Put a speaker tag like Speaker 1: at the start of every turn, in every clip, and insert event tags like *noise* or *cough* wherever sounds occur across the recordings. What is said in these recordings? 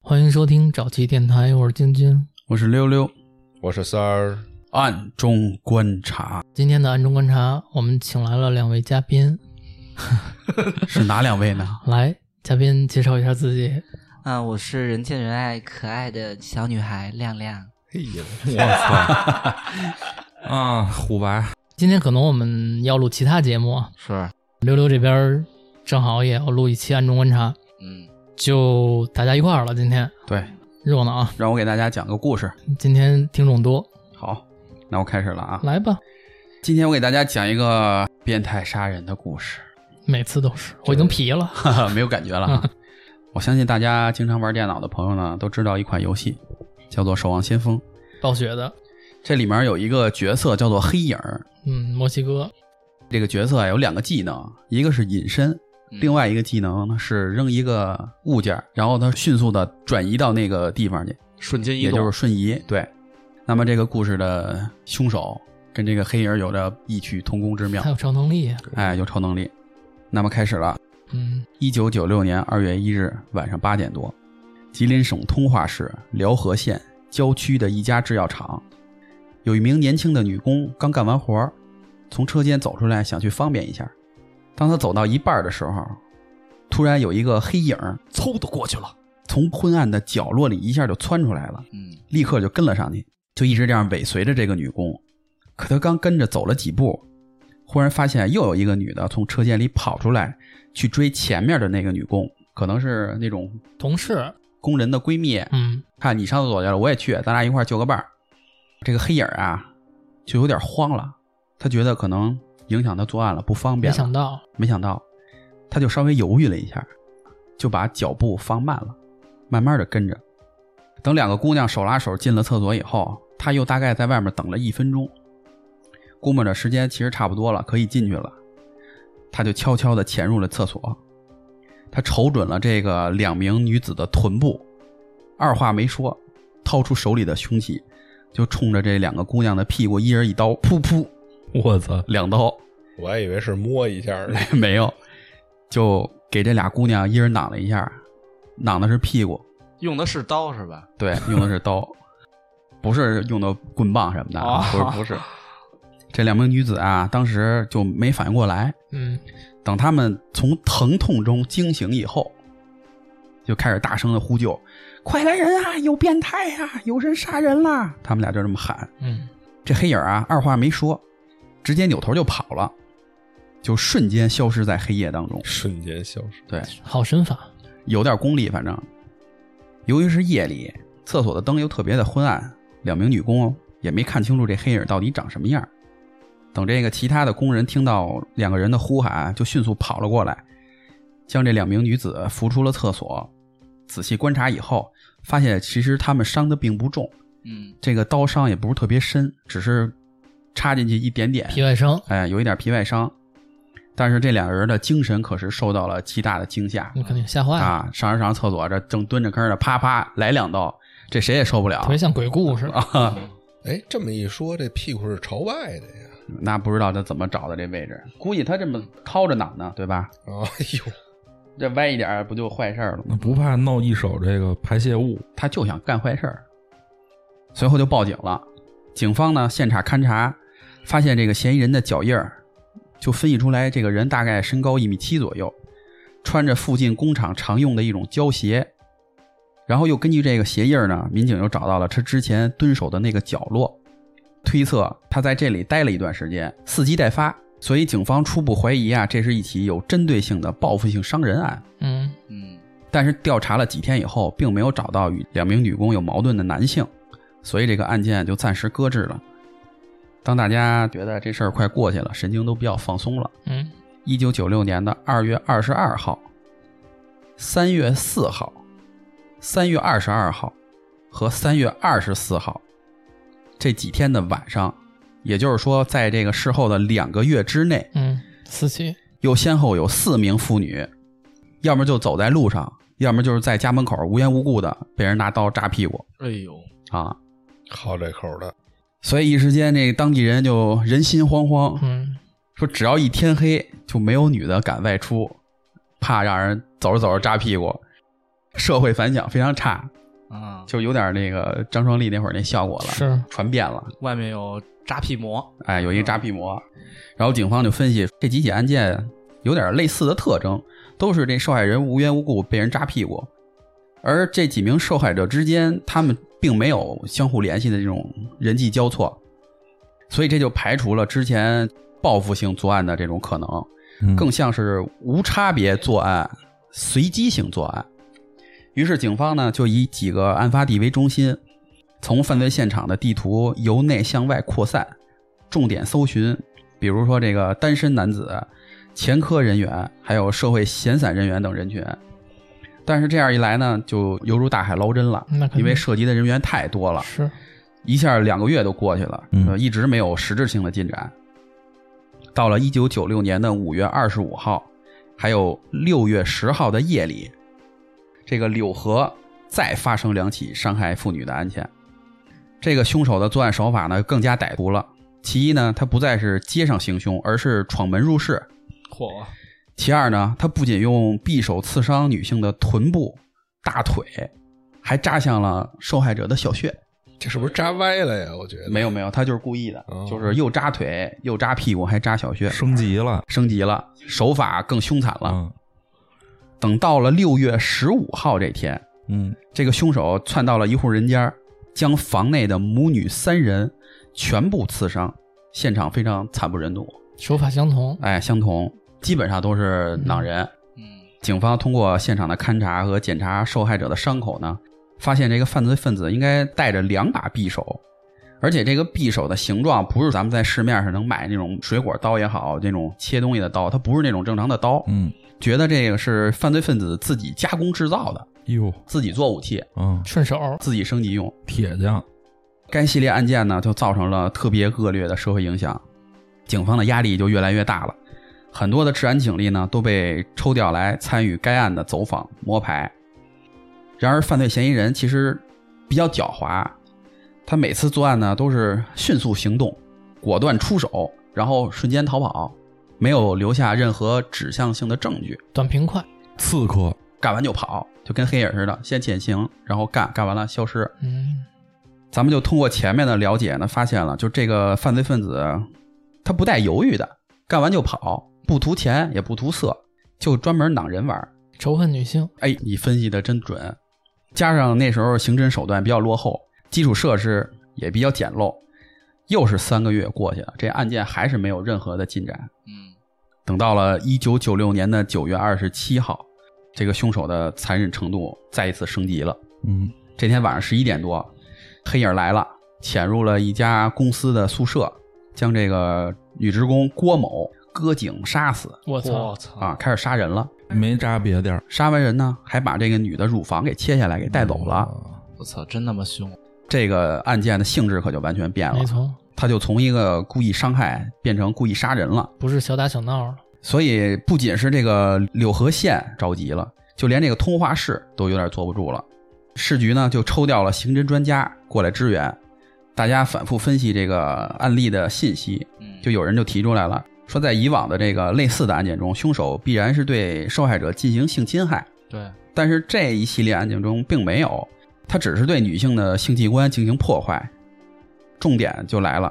Speaker 1: 欢迎收听找气电台，我是晶晶。
Speaker 2: 我是溜溜，
Speaker 3: 我是三儿，
Speaker 2: 暗中观察
Speaker 1: 今天的暗中观察，我们请来了两位嘉宾，
Speaker 2: 是哪两位呢？
Speaker 1: 来，嘉宾介绍一下自己。
Speaker 4: 啊、我是人见人爱、可爱的小女孩亮亮。
Speaker 3: 哎呀，
Speaker 5: *laughs* 啊，虎白
Speaker 1: 今天可能我们要录其他节目，啊，
Speaker 4: 是，
Speaker 1: 溜溜这边正好也要录一期暗中观察，
Speaker 4: 嗯，
Speaker 1: 就大家一块儿了。今天
Speaker 2: 对，
Speaker 1: 热闹啊！
Speaker 2: 让我给大家讲个故事。
Speaker 1: 今天听众多，
Speaker 2: 好，那我开始了啊。
Speaker 1: 来吧，
Speaker 2: 今天我给大家讲一个变态杀人的故事， *laughs*
Speaker 1: 每次都是，我已经皮了。 *laughs*
Speaker 2: 哈哈，没有感觉了
Speaker 5: 嗯
Speaker 2: 啊。我相信大家经常玩电脑的朋友呢，都知道一款游戏叫做《守望先锋》，
Speaker 1: 暴雪的，
Speaker 2: 这里面有一个角色叫做黑影儿，
Speaker 1: 嗯，墨西哥，
Speaker 2: 这个角色啊有两个技能，一个是隐身，
Speaker 4: 嗯
Speaker 2: 另外一个技能呢是扔一个物件儿，然后它迅速的转移到那个地方去，
Speaker 3: 瞬间移
Speaker 2: 也就
Speaker 3: 动
Speaker 2: 是，瞬移。对，那么这个故事的凶手跟这个黑影有着异曲同工之妙
Speaker 1: 还，有超能力，
Speaker 2: 哎，有超能力。那么开始了，
Speaker 1: 啊嗯，
Speaker 2: 一九九六年二月一日晚上八点多，吉林省通化市辽河县郊区的一家制药厂，有一名年轻的女工刚干完活儿，从车间走出来想去方便一下。当她走到一半儿的时候，突然有一个黑影儿
Speaker 3: 嗖的过去了。
Speaker 2: 从昏暗的角落里一下就窜出来了，
Speaker 4: 嗯，
Speaker 2: 立刻就跟了上去，就一直这样尾随着这个女工。可她刚跟着走了几步，忽然发现又有一个女的从车间里跑出来，去追前面的那个女工，可能是那种
Speaker 1: 同事，
Speaker 2: 工人的闺蜜。
Speaker 1: 嗯，
Speaker 2: 看你上厕所去了，我也去，咱俩一块儿就个伴儿。这个黑影儿啊，就有点慌了，他觉得可能影响他作案了，不方
Speaker 1: 没
Speaker 2: 便了。
Speaker 1: 想到，
Speaker 2: 没想到，他就稍微犹豫了一下，就把脚步放慢了，慢慢的跟着。等两个姑娘手拉手进了厕所以后，他又大概在外面等了一分钟，估摸着时间其实差不多了，可以进去了，他就悄悄的潜入了厕所。他瞅准了这个两名女子的臀部，二话没说，掏出手里的凶器，就冲着这两个姑娘的屁股一人一刀，噗噗
Speaker 5: *laughs* 我操，
Speaker 2: 两刀。
Speaker 3: 我还以为是摸一下呢，
Speaker 2: *laughs* 没有，就给这俩姑娘一人攮了一下，攮的是屁股，
Speaker 4: 用的是刀是吧？
Speaker 2: 对，用的是刀，不是用的棍棒什么的啊，不是不是。这两名女子啊，当时就没反应过来，
Speaker 1: 嗯，
Speaker 2: 等她们从疼痛中惊醒以后，就开始大声的呼救：“快来人啊！有变态啊！有人杀人啦！”他们俩就这么喊。
Speaker 1: 嗯，
Speaker 2: 这黑影儿啊，二话没说，直接扭头就跑了，就瞬间消失在黑夜当中。
Speaker 3: 瞬间消失。
Speaker 2: 对，
Speaker 1: 好身法，
Speaker 2: 有点功力，反正。由于是夜里，厕所的灯又特别的昏暗，两名女工也没看清楚这黑影到底长什么样。等这个其他的工人听到两个人的呼喊，就迅速跑了过来，将这两名女子扶出了厕所。仔细观察以后，发现其实她们伤的并不重，
Speaker 4: 嗯，
Speaker 2: 这个刀伤也不是特别深，只是插进去一点点，
Speaker 1: 皮外伤，
Speaker 2: 哎，有一点皮外伤。但是这两个人的精神可是受到了极大的惊吓，
Speaker 1: 你肯定吓坏了，
Speaker 2: 啊，上着上厕所，这正蹲着坑呢，啪啪来两刀，这谁也受不了
Speaker 1: 特别像鬼故事。
Speaker 2: 啊！ *laughs*
Speaker 3: 哎，这么一说，这屁股是朝外的呀。
Speaker 2: 那不知道他怎么找的这位置，估计他这么掏着脑呢，对吧？
Speaker 3: 啊，哎呦，
Speaker 2: 这歪一点儿不就坏事儿了吗？
Speaker 5: 那不怕弄一手这个排泄物？
Speaker 2: 他就想干坏事儿，随后就报警了。警方呢现场勘查，发现这个嫌疑人的脚印儿，就分析出来这个人大概身高一米七左右，穿着附近工厂常用的一种胶鞋。然后又根据这个鞋印儿呢，民警又找到了他之前蹲守的那个角落，推测他在这里待了一段时间，伺机待发。所以警方初步怀疑啊，这是一起有针对性的报复性伤人案。
Speaker 1: 嗯，
Speaker 4: 嗯，
Speaker 2: 但是调查了几天以后，并没有找到与两名女工有矛盾的男性，所以这个案件就暂时搁置了。当大家觉得这事儿快过去了，神经都比较放松了。
Speaker 1: 嗯，
Speaker 2: 一九九六年的二月二十二号、三月四号、三月二十二号和三月二十四号这几天的晚上，也就是说，在这个事后的两个月之内，
Speaker 1: 嗯，四起，
Speaker 2: 又先后有四名妇女，要么就走在路上，要么就是在家门口无缘无故的被人拿刀扎屁股
Speaker 4: 哎呦，
Speaker 2: 啊！
Speaker 3: 好这口的，
Speaker 2: 所以一时间，这当地人就人心惶惶，
Speaker 1: 嗯，
Speaker 2: 说只要一天黑就没有女的敢外出，怕让人走着走着扎屁股，社会反响非常差。
Speaker 4: 啊，
Speaker 2: 就有点那个张双立那会儿那效果了，
Speaker 1: 是
Speaker 2: 传遍了。
Speaker 6: 外面有扎屁膜，
Speaker 2: 哎，有一个扎屁魔。然后警方就分析这几起案件有点类似的特征，都是这受害人无缘无故被人扎屁股，而这几名受害者之间他们并没有相互联系的这种人际交错，所以这就排除了之前报复性作案的这种可能，
Speaker 5: 嗯
Speaker 2: 更像是无差别作案、随机性作案。于是警方呢就以几个案发地为中心，从犯罪现场的地图由内向外扩散，重点搜寻，比如说这个单身男子、前科人员，还有社会闲散人员等人群。但是这样一来呢，就犹如大海捞针了，
Speaker 1: 那肯定
Speaker 2: 因为涉及的人员太多了，
Speaker 1: 是
Speaker 2: 一下两个月都过去了，
Speaker 5: 嗯
Speaker 2: 呃一直没有实质性的进展。到了一九九六年的五月二十五号，还有六月十号的夜里，这个柳河再发生两起伤害妇女的案件。这个凶手的作案手法呢更加歹毒了。其一呢，他不再是街上行凶，而是闯门入室。
Speaker 6: 嚯，
Speaker 2: 其二呢，他不仅用匕首刺伤女性的臀部、大腿，还扎向了受害者的小穴。
Speaker 3: 这是不是扎歪了呀？我觉得
Speaker 2: 没有没有，他就是故意的，
Speaker 3: 哦
Speaker 2: 就是又扎腿又扎屁股，还扎小穴，
Speaker 5: 升级了，
Speaker 2: 升级了，手法更凶残了。
Speaker 5: 嗯
Speaker 2: 等到了六月十五号这天，
Speaker 5: 嗯，
Speaker 2: 这个凶手窜到了一户人家，将房内的母女三人全部刺伤，现场非常惨不忍睹。
Speaker 1: 手法相同，
Speaker 2: 哎，相同，基本上都是囊人。
Speaker 4: 嗯，
Speaker 2: 警方通过现场的勘查和检查受害者的伤口呢，发现这个犯罪分子应该带着两把匕首，而且这个匕首的形状不是咱们在市面上能买那种水果刀也好，这种切东西的刀，它不是那种正常的刀，
Speaker 5: 嗯，
Speaker 2: 觉得这个是犯罪分子自己加工制造的，
Speaker 5: 哟，
Speaker 2: 自己做武器，
Speaker 5: 嗯，
Speaker 1: 顺手
Speaker 2: 自己升级用。
Speaker 5: 铁匠，
Speaker 2: 该系列案件呢，就造成了特别恶劣的社会影响，警方的压力就越来越大了。很多的治安警力呢，都被抽调来参与该案的走访摸排。然而，犯罪嫌疑人其实比较狡猾，他每次作案呢都是迅速行动，果断出手，然后瞬间逃跑，没有留下任何指向性的证据，
Speaker 1: 短平快，
Speaker 5: 刺客，
Speaker 2: 干完就跑，就跟黑影似的，先潜行，然后干，干完了消失。
Speaker 1: 嗯，
Speaker 2: 咱们就通过前面的了解呢，发现了，就这个犯罪分子，他不带犹豫的，干完就跑，不图钱也不图色，就专门囊人玩儿。
Speaker 1: 仇恨女性，
Speaker 2: 哎，你分析的真准，加上那时候刑侦手段比较落后，基础设施也比较简陋，又是三个月过去了，这案件还是没有任何的进展。
Speaker 4: 嗯，
Speaker 2: 等到了一九九六年的九月二十七号，这个凶手的残忍程度再一次升级了。
Speaker 5: 嗯
Speaker 2: 这天晚上十一点多，黑影来了，潜入了一家公司的宿舍，将这个女职工郭某割颈杀死
Speaker 1: 我操
Speaker 6: 我，操
Speaker 2: 啊，！开始杀人了。
Speaker 5: 哦没扎别地儿，
Speaker 2: 杀完人呢，还把这个女的乳房给切下来，给带走
Speaker 5: 哦
Speaker 2: 了。
Speaker 4: 我操，真那么凶？
Speaker 2: 这个案件的性质可就完全变了
Speaker 1: 没，错，
Speaker 2: 他就从一个故意伤害变成故意杀人了。
Speaker 1: 不是小打小闹了，
Speaker 2: 所以不仅是这个柳河县着急了，就连这个通化市都有点坐不住了。市局呢就抽调了刑侦专家过来支援，大家反复分析这个案例的信息，
Speaker 4: 嗯，
Speaker 2: 就有人就提出来了，说在以往的这个类似的案件中，凶手必然是对受害者进行性侵害，
Speaker 4: 对，
Speaker 2: 但是这一系列案件中并没有，他只是对女性的性器官进行破坏。重点就来了，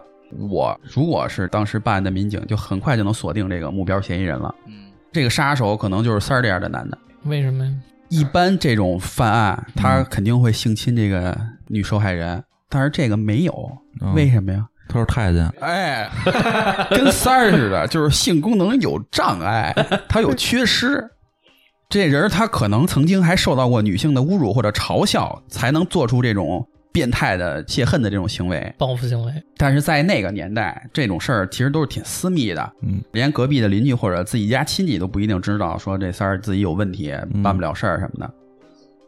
Speaker 2: 我如果是当时办案的民警，就很快就能锁定这个目标嫌疑人了。
Speaker 4: 嗯，
Speaker 2: 这个杀手可能就是三儿这样的男的。
Speaker 1: 为什么呀？
Speaker 2: 一般这种犯案，他肯定会性侵这个女受害人，但是这个没有，
Speaker 5: 嗯
Speaker 2: 为什么呀？
Speaker 5: 他是太监，
Speaker 2: *laughs* 哎，跟三儿似的，就是性功能有障碍，他有缺失。这人儿他可能曾经还受到过女性的侮辱或者嘲笑，才能做出这种变态的泄恨的这种行为。
Speaker 1: 报复行为，
Speaker 2: 但是在那个年代，这种事儿其实都是挺私密的，
Speaker 5: 嗯，
Speaker 2: 连隔壁的邻居或者自己家亲戚都不一定知道，说这三儿自己有问题，
Speaker 5: 嗯
Speaker 2: 办不了事儿什么的。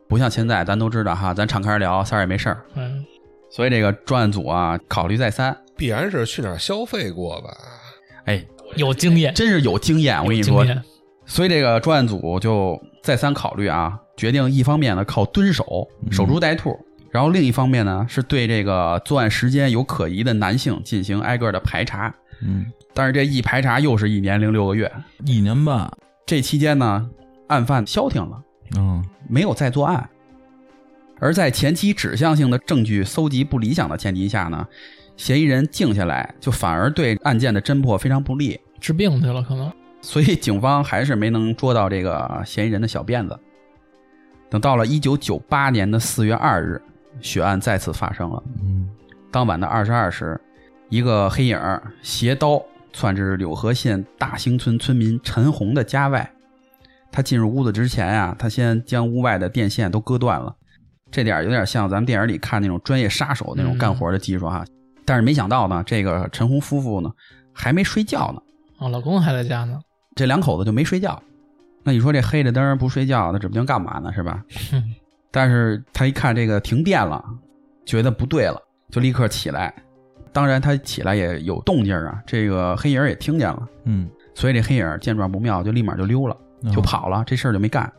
Speaker 2: 不像现在，咱都知道哈，咱敞开聊，三儿也没事儿。
Speaker 1: 嗯，
Speaker 2: 所以这个专案组啊，考虑再三，
Speaker 3: 必然是去哪儿消费过吧？
Speaker 2: 哎，
Speaker 1: 有经验，
Speaker 2: 真是有经验，我跟你
Speaker 1: 有经
Speaker 2: 说。
Speaker 1: 验，
Speaker 2: 所以这个专案组就再三考虑啊，决定一方面呢靠蹲守
Speaker 5: 嗯
Speaker 2: 守株待兔，然后另一方面呢是对这个作案时间有可疑的男性进行挨个的排查。
Speaker 5: 嗯，
Speaker 2: 但是这一排查又是一年零六个月，
Speaker 5: 一年半，
Speaker 2: 这期间呢，案犯消停了，
Speaker 5: 嗯
Speaker 2: 没有再作案。而在前期指向性的证据搜集不理想的前提下呢，嫌疑人静下来，就反而对案件的侦破非常不利。
Speaker 1: 治病去了，可能
Speaker 2: 所以警方还是没能捉到这个嫌疑人的小辫子。等到了一九九八年的四月二日，血案再次发生了。
Speaker 5: 嗯，
Speaker 2: 当晚的二十二时，一个黑影儿携刀窜至柳河县大兴村村民陈红的家外。他进入屋子之前啊，他先将屋外的电线都割断了，这点儿有点像咱们电影里看那种专业杀手那种干活的技术哈、但是没想到呢，这个陈红夫妇呢还没睡觉呢，
Speaker 1: 啊，老公还在家呢，
Speaker 2: 这两口子就没睡觉。那你说这黑着灯儿不睡觉，那指不定干嘛呢，是吧？
Speaker 1: 哼，
Speaker 2: *laughs* 但是他一看这个停电了，觉得不对了，就立刻起来。当然，他起来也有动静啊，这个黑影儿也听见了，
Speaker 5: 嗯，
Speaker 2: 所以这黑影儿见状不妙，就立马就溜了，
Speaker 5: 然后
Speaker 2: 就，跑了，这事儿就没干。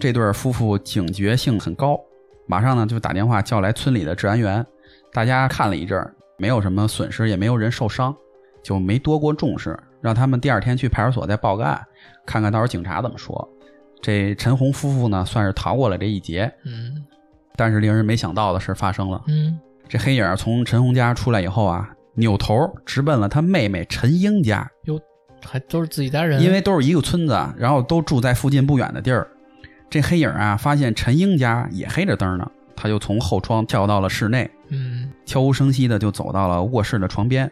Speaker 2: 这对夫妇警觉性很高，马上呢就打电话叫来村里的治安员，大家看了一阵儿，没有什么损失，也没有人受伤，就没多过重视，让他们第二天去派出所再报个案，看看到时候警察怎么说。这陈红夫妇呢，算是逃过了这一劫。
Speaker 1: 嗯
Speaker 2: 但是令人没想到的事发生了，
Speaker 1: 嗯，
Speaker 2: 这黑影儿从陈红家出来以后啊，扭头直奔了他妹妹陈英家，
Speaker 1: 还都是自己家人，
Speaker 2: 因为都是一个村子，然后都住在附近不远的地儿。这黑影儿啊，发现陈英家也黑着灯呢，他就从后窗跳到了室内，
Speaker 1: 嗯
Speaker 2: 悄无声息的就走到了卧室的床边，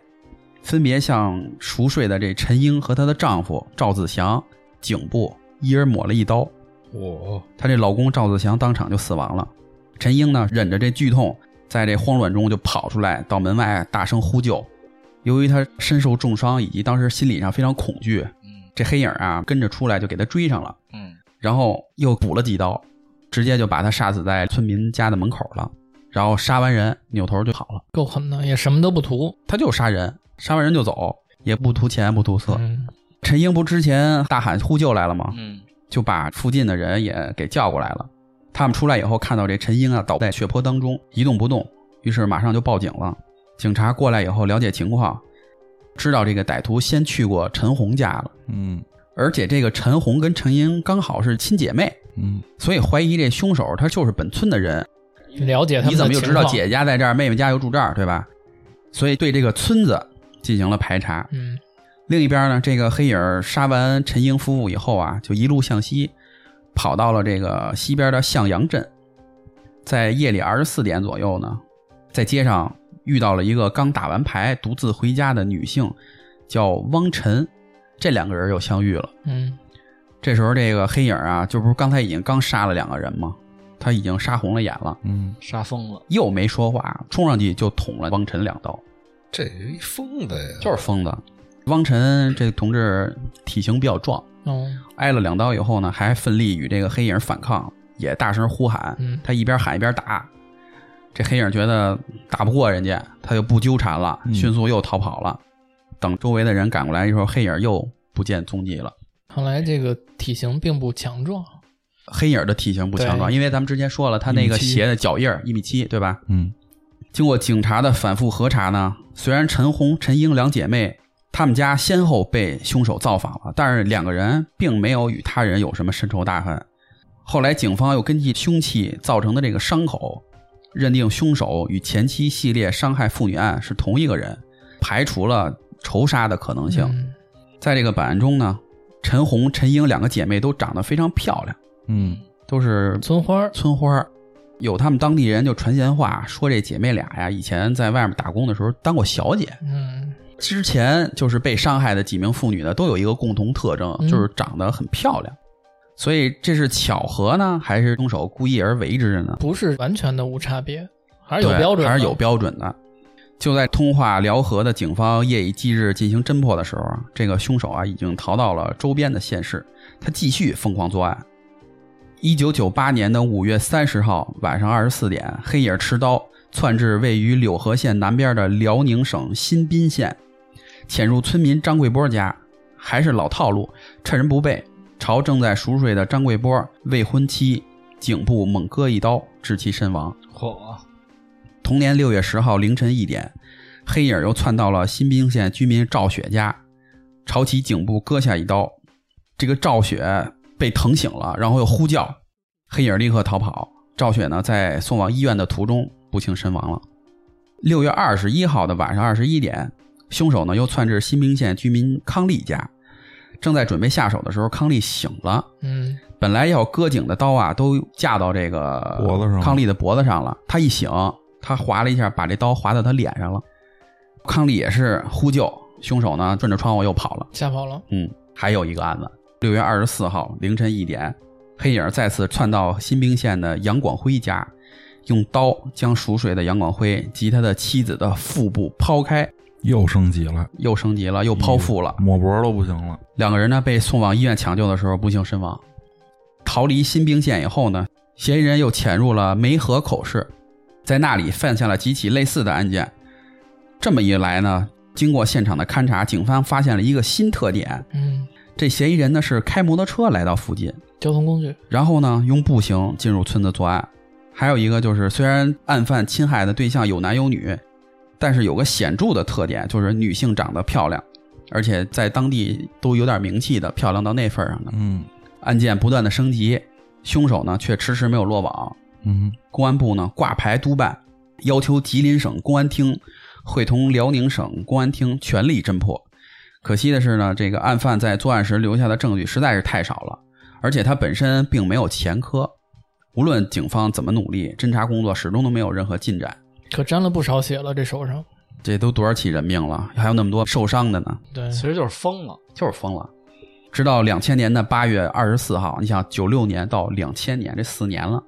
Speaker 2: 分别向熟睡的这陈英和她的丈夫赵子祥颈部一人抹了一刀。
Speaker 5: 哦
Speaker 3: 我
Speaker 2: 她这老公赵子祥当场就死亡了。陈英呢，忍着这剧痛，在这慌乱中就跑出来，到门外大声呼救。由于她身受重伤，以及当时心理上非常恐惧，
Speaker 4: 嗯
Speaker 2: 这黑影啊跟着出来就给她追上了，
Speaker 4: 嗯，
Speaker 2: 然后又补了几刀，直接就把她杀死在村民家的门口了。然后杀完人，扭头就跑了。
Speaker 1: 够狠的，也什么都不图，
Speaker 2: 他就杀人，杀完人就走，也不图钱不图色。
Speaker 1: 嗯
Speaker 2: 陈英不之前大喊呼救来了吗？
Speaker 4: 嗯
Speaker 2: 就把附近的人也给叫过来了。他们出来以后，看到这陈英啊倒在血泊当中一动不动，于是马上就报警了。警察过来以后了解情况，知道这个歹徒先去过陈红家了，
Speaker 5: 嗯
Speaker 2: 而且这个陈红跟陈英刚好是亲姐妹，
Speaker 5: 嗯
Speaker 2: 所以怀疑这凶手他就是本村的人。
Speaker 1: 了解他
Speaker 2: 你
Speaker 1: 们的
Speaker 2: 怎么就
Speaker 1: 情
Speaker 2: 知道
Speaker 1: 况，
Speaker 2: 姐姐家在这儿，妹妹家又住这儿，对吧？所以对这个村子进行了排查。
Speaker 1: 嗯
Speaker 2: 另一边呢，这个黑影儿杀完陈英夫妇以后啊，就一路向西，跑到了这个西边的向阳镇。在夜里二十四点左右呢，在街上遇到了一个刚打完牌独自回家的女性，叫汪晨，这两个人又相遇了。
Speaker 1: 嗯
Speaker 2: 这时候，这个黑影儿啊，这不是刚才已经刚杀了两个人吗？他已经杀红了眼了，
Speaker 5: 嗯，
Speaker 6: 杀疯了，
Speaker 2: 又没说话，冲上去就捅了汪晨两刀。
Speaker 3: 这一疯子呀，
Speaker 2: 就是疯子。汪晨这同志体型比较壮，
Speaker 1: 哦
Speaker 2: 挨了两刀以后呢，还奋力与这个黑影反抗，也大声呼喊
Speaker 1: 嗯。
Speaker 2: 他一边喊一边打。这黑影觉得打不过人家，他就不纠缠了，
Speaker 5: 嗯
Speaker 2: 迅速又逃跑了。等周围的人赶过来的时候，黑影又不见踪迹了。
Speaker 1: 看来这个体型并不强壮，
Speaker 2: 黑影的体型不强壮，
Speaker 1: 对
Speaker 2: 因为咱们之前说了，他那个
Speaker 5: 一米七
Speaker 2: 鞋的脚印儿一米七，对吧？
Speaker 5: 嗯
Speaker 2: 经过警察的反复核查呢，虽然陈红、陈英两姐妹她们家先后被凶手造访了，但是两个人并没有与他人有什么深仇大恨。后来，警方又根据凶器造成的这个伤口，认定凶手与前妻系列伤害妇女案是同一个人，排除了仇杀的可能性。
Speaker 1: 嗯
Speaker 2: 在这个本案中呢，陈红、陈英两个姐妹都长得非常漂亮，
Speaker 5: 嗯
Speaker 2: 都是
Speaker 1: 村花儿
Speaker 2: 村花儿，有他们当地人就传闲话说这姐妹俩呀，以前在外面打工的时候当过小姐。
Speaker 1: 嗯
Speaker 2: 之前就是被伤害的几名妇女呢，都有一个共同特征，
Speaker 1: 嗯
Speaker 2: 就是长得很漂亮。所以这是巧合呢，还是凶手故意而为之的呢？
Speaker 1: 不是完全的无差别，还是有
Speaker 2: 对
Speaker 1: 标准的，
Speaker 2: 还是有标准的。就在通化辽河的警方夜以继日进行侦破的时候啊，这个凶手啊已经逃到了周边的县市，他继续疯狂作案。一九九八年的五月三十号晚上二十四点，黑影持刀窜至位于柳河县南边的辽宁省新宾县，潜入村民张贵波家，还是老套路，趁人不备，朝正在熟睡的张贵波未婚妻颈部猛割一刀，致其身亡。
Speaker 4: 嗯
Speaker 6: 嚯，
Speaker 2: 同年六月十号凌晨一点，黑影又窜到了新宾县居民赵雪家，朝其颈部割下一刀。这个赵雪被疼醒了，然后又呼叫，黑影立刻逃跑。赵雪呢，在送往医院的途中不幸身亡了。六月二十一号的晚上二十一点，凶手呢又窜至新宾县居民康利家，正在准备下手的时候，康利醒了，
Speaker 1: 嗯，
Speaker 2: 本来要割颈的刀啊都架到这个
Speaker 5: 脖子上了
Speaker 2: 康利的脖子上了。他一醒，他划了一下，把这刀划到他脸上了。康利也是呼救，凶手呢顺着窗户又跑了。
Speaker 1: 吓跑了，
Speaker 2: 嗯，还有一个案子，六月二十四号凌晨一点，黑影再次窜到新宾县的杨广辉家，用刀将熟睡的杨广辉及他的妻子的腹部剖开，
Speaker 5: 又升级了，
Speaker 2: 又升级了，又剖腹了。
Speaker 5: 抹脖都不行了。
Speaker 2: 两个人呢被送往医院抢救的时候不幸身亡。逃离新宾县以后呢，嫌疑人又潜入了梅河口市，在那里犯下了几起类似的案件。这么一来呢，经过现场的勘查，警方发现了一个新特点：
Speaker 1: 嗯，
Speaker 2: 这嫌疑人呢是开摩托车来到附近，
Speaker 1: 交通工具，
Speaker 2: 然后呢用步行进入村子作案。还有一个就是，虽然案犯侵害的对象有男有女，但是有个显著的特点，就是女性长得漂亮，而且在当地都有点名气的，漂亮到那份儿上的。
Speaker 5: 嗯
Speaker 2: 案件不断的升级，凶手呢却迟迟没有落网。
Speaker 5: 嗯，
Speaker 2: 公安部呢挂牌督办，要求吉林省公安厅会同辽宁省公安厅全力侦破。可惜的是呢，这个案犯在作案时留下的证据实在是太少了，而且他本身并没有前科。无论警方怎么努力，侦查工作始终都没有任何进展。
Speaker 1: 可沾了不少血了，这手上，
Speaker 2: 这都多少起人命了，还有那么多受伤的呢，
Speaker 1: 对，
Speaker 4: 嗯
Speaker 6: 其实就是疯了。
Speaker 2: 就是疯了。直到两千年的八月二十四号，你想九六年到两千年这四年了，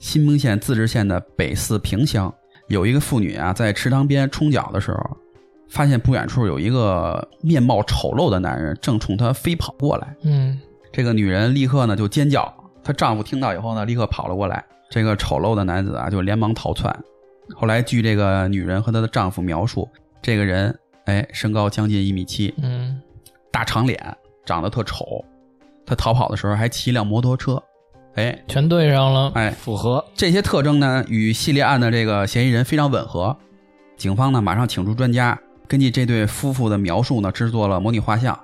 Speaker 2: 新丰县自治县的北四平乡有一个妇女啊，在池塘边冲脚的时候，发现不远处有一个面貌丑陋的男人正冲她飞跑过来。
Speaker 1: 嗯，
Speaker 2: 这个女人立刻呢就尖叫，她丈夫听到以后呢，立刻跑了过来。这个丑陋的男子啊，就连忙逃窜。后来据这个女人和她的丈夫描述，这个人哎身高将近一米七，
Speaker 1: 嗯，
Speaker 2: 大长脸，长得特丑。他逃跑的时候还骑辆摩托车，哎
Speaker 1: 全对上了，
Speaker 2: 哎，
Speaker 6: 符合
Speaker 2: 这些特征呢与系列案的这个嫌疑人非常吻合。警方呢马上请出专家，根据这对夫妇的描述呢制作了模拟画像。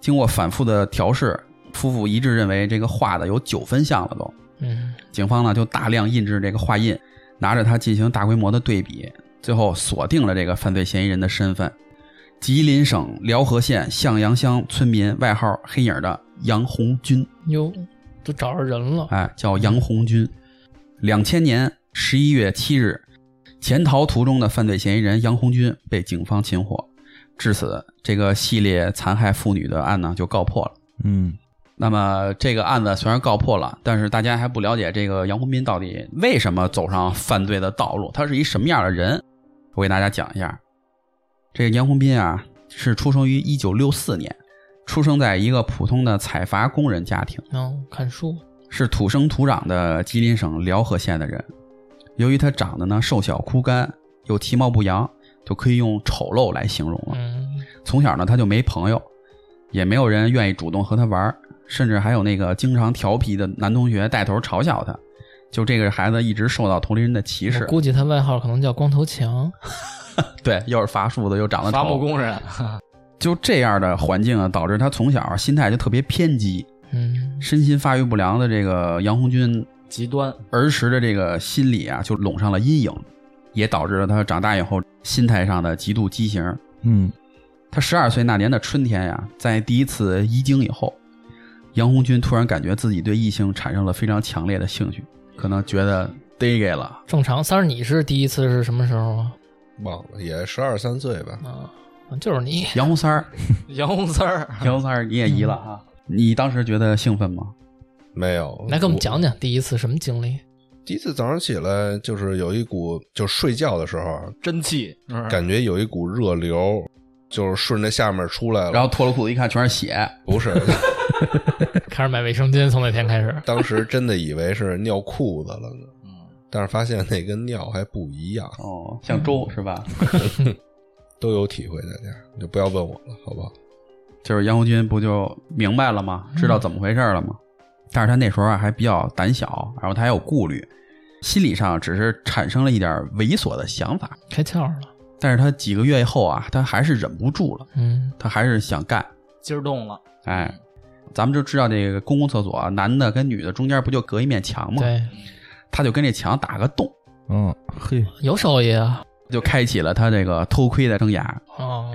Speaker 2: 经过反复的调试，夫妇一致认为这个画的有九分像了都。
Speaker 1: 嗯，
Speaker 2: 警方呢就大量印制这个画印，拿着它进行大规模的对比，最后锁定了这个犯罪嫌疑人的身份——吉林省辽河县向阳乡村民，外号“黑影”的杨红军。
Speaker 1: 哟，都找着人了，
Speaker 2: 哎，叫杨红军。两千年十一月七日，潜逃途中的犯罪嫌疑人杨红军被警方擒获，至此，这个系列残害妇女的案呢就告破了。
Speaker 5: 嗯，
Speaker 2: 那么这个案子虽然告破了，但是大家还不了解这个杨红斌到底为什么走上犯罪的道路，他是一什么样的人？我给大家讲一下，这个杨红斌啊是出生于一九六四年，出生在一个普通的采伐工人家庭，
Speaker 1: 嗯，看书，
Speaker 2: 是土生土长的吉林省辽河县的人。由于他长得呢瘦小枯干，又其貌不扬，就可以用丑陋来形容了。
Speaker 1: 嗯，
Speaker 2: 从小呢，他就没朋友，也没有人愿意主动和他玩儿，甚至还有那个经常调皮的男同学带头嘲笑他。就这个孩子一直受到同龄人的歧
Speaker 1: 我
Speaker 2: 视。
Speaker 1: 估计他外号可能叫光头强，
Speaker 2: 对，又是伐树的，又长得
Speaker 6: 伐
Speaker 2: 丑
Speaker 6: 木工人，
Speaker 2: 就这样的环境啊，导致他从小心态就特别偏激，
Speaker 1: 嗯，
Speaker 2: 身心发育不良的这个杨红军
Speaker 6: 极端 *laughs*
Speaker 2: 儿时的这个心理啊，就笼上了阴影，也导致了他长大以后心态上的极度畸形。
Speaker 5: 嗯，
Speaker 2: 他十二岁那年的春天呀，在第一次遗精以后，杨红军突然感觉自己对异性产生了非常强烈的兴趣，可能觉得逮给了。
Speaker 1: 正常。三儿，你是第一次是什么时候啊？
Speaker 3: 忘了，也十二三岁吧。
Speaker 1: 啊，就是你，
Speaker 2: 杨红三儿，
Speaker 6: 洋红
Speaker 2: *laughs*
Speaker 6: 丝儿，
Speaker 2: 杨红三儿，你也疑了啊？你当时觉得兴奋吗？
Speaker 3: 没有，
Speaker 1: 来给我们
Speaker 3: 我
Speaker 1: 讲讲第一次什么经历？
Speaker 3: 第一次早上起来，就是有一股，就睡觉的时候啊，
Speaker 6: 真 *laughs* 气，是不是
Speaker 3: 感觉有一股热流，就是顺着下面出来了。
Speaker 2: 然后脱了裤子一看，全是血。
Speaker 3: 不是， *laughs*
Speaker 1: 开始买卫生巾，从那天开始，
Speaker 3: 当时真的以为是尿裤子了呢，但是发现那跟尿还不一样，
Speaker 2: 哦，像粥是吧？
Speaker 3: 都有体会，大家你就不要问我了，好不好？
Speaker 2: 就是杨红军不就明白了吗？知道怎么回事了吗？但是他那时候啊还比较胆小，然后他还有顾虑，心理上只是产生了一点猥琐的想法。
Speaker 1: 开窍了，
Speaker 2: 但是他几个月以后啊，他还是忍不住了，
Speaker 1: 嗯
Speaker 2: 他还是想干。
Speaker 6: 筋儿动了，
Speaker 2: 哎，咱们就知道这个公共厕所啊，男的跟女的中间不就隔一面墙吗？
Speaker 1: 对，
Speaker 2: 他就跟这墙打个洞，
Speaker 5: 嗯，嘿，
Speaker 1: 有手艺啊。
Speaker 2: 就开启了他这个偷窥的生涯。
Speaker 1: 哦，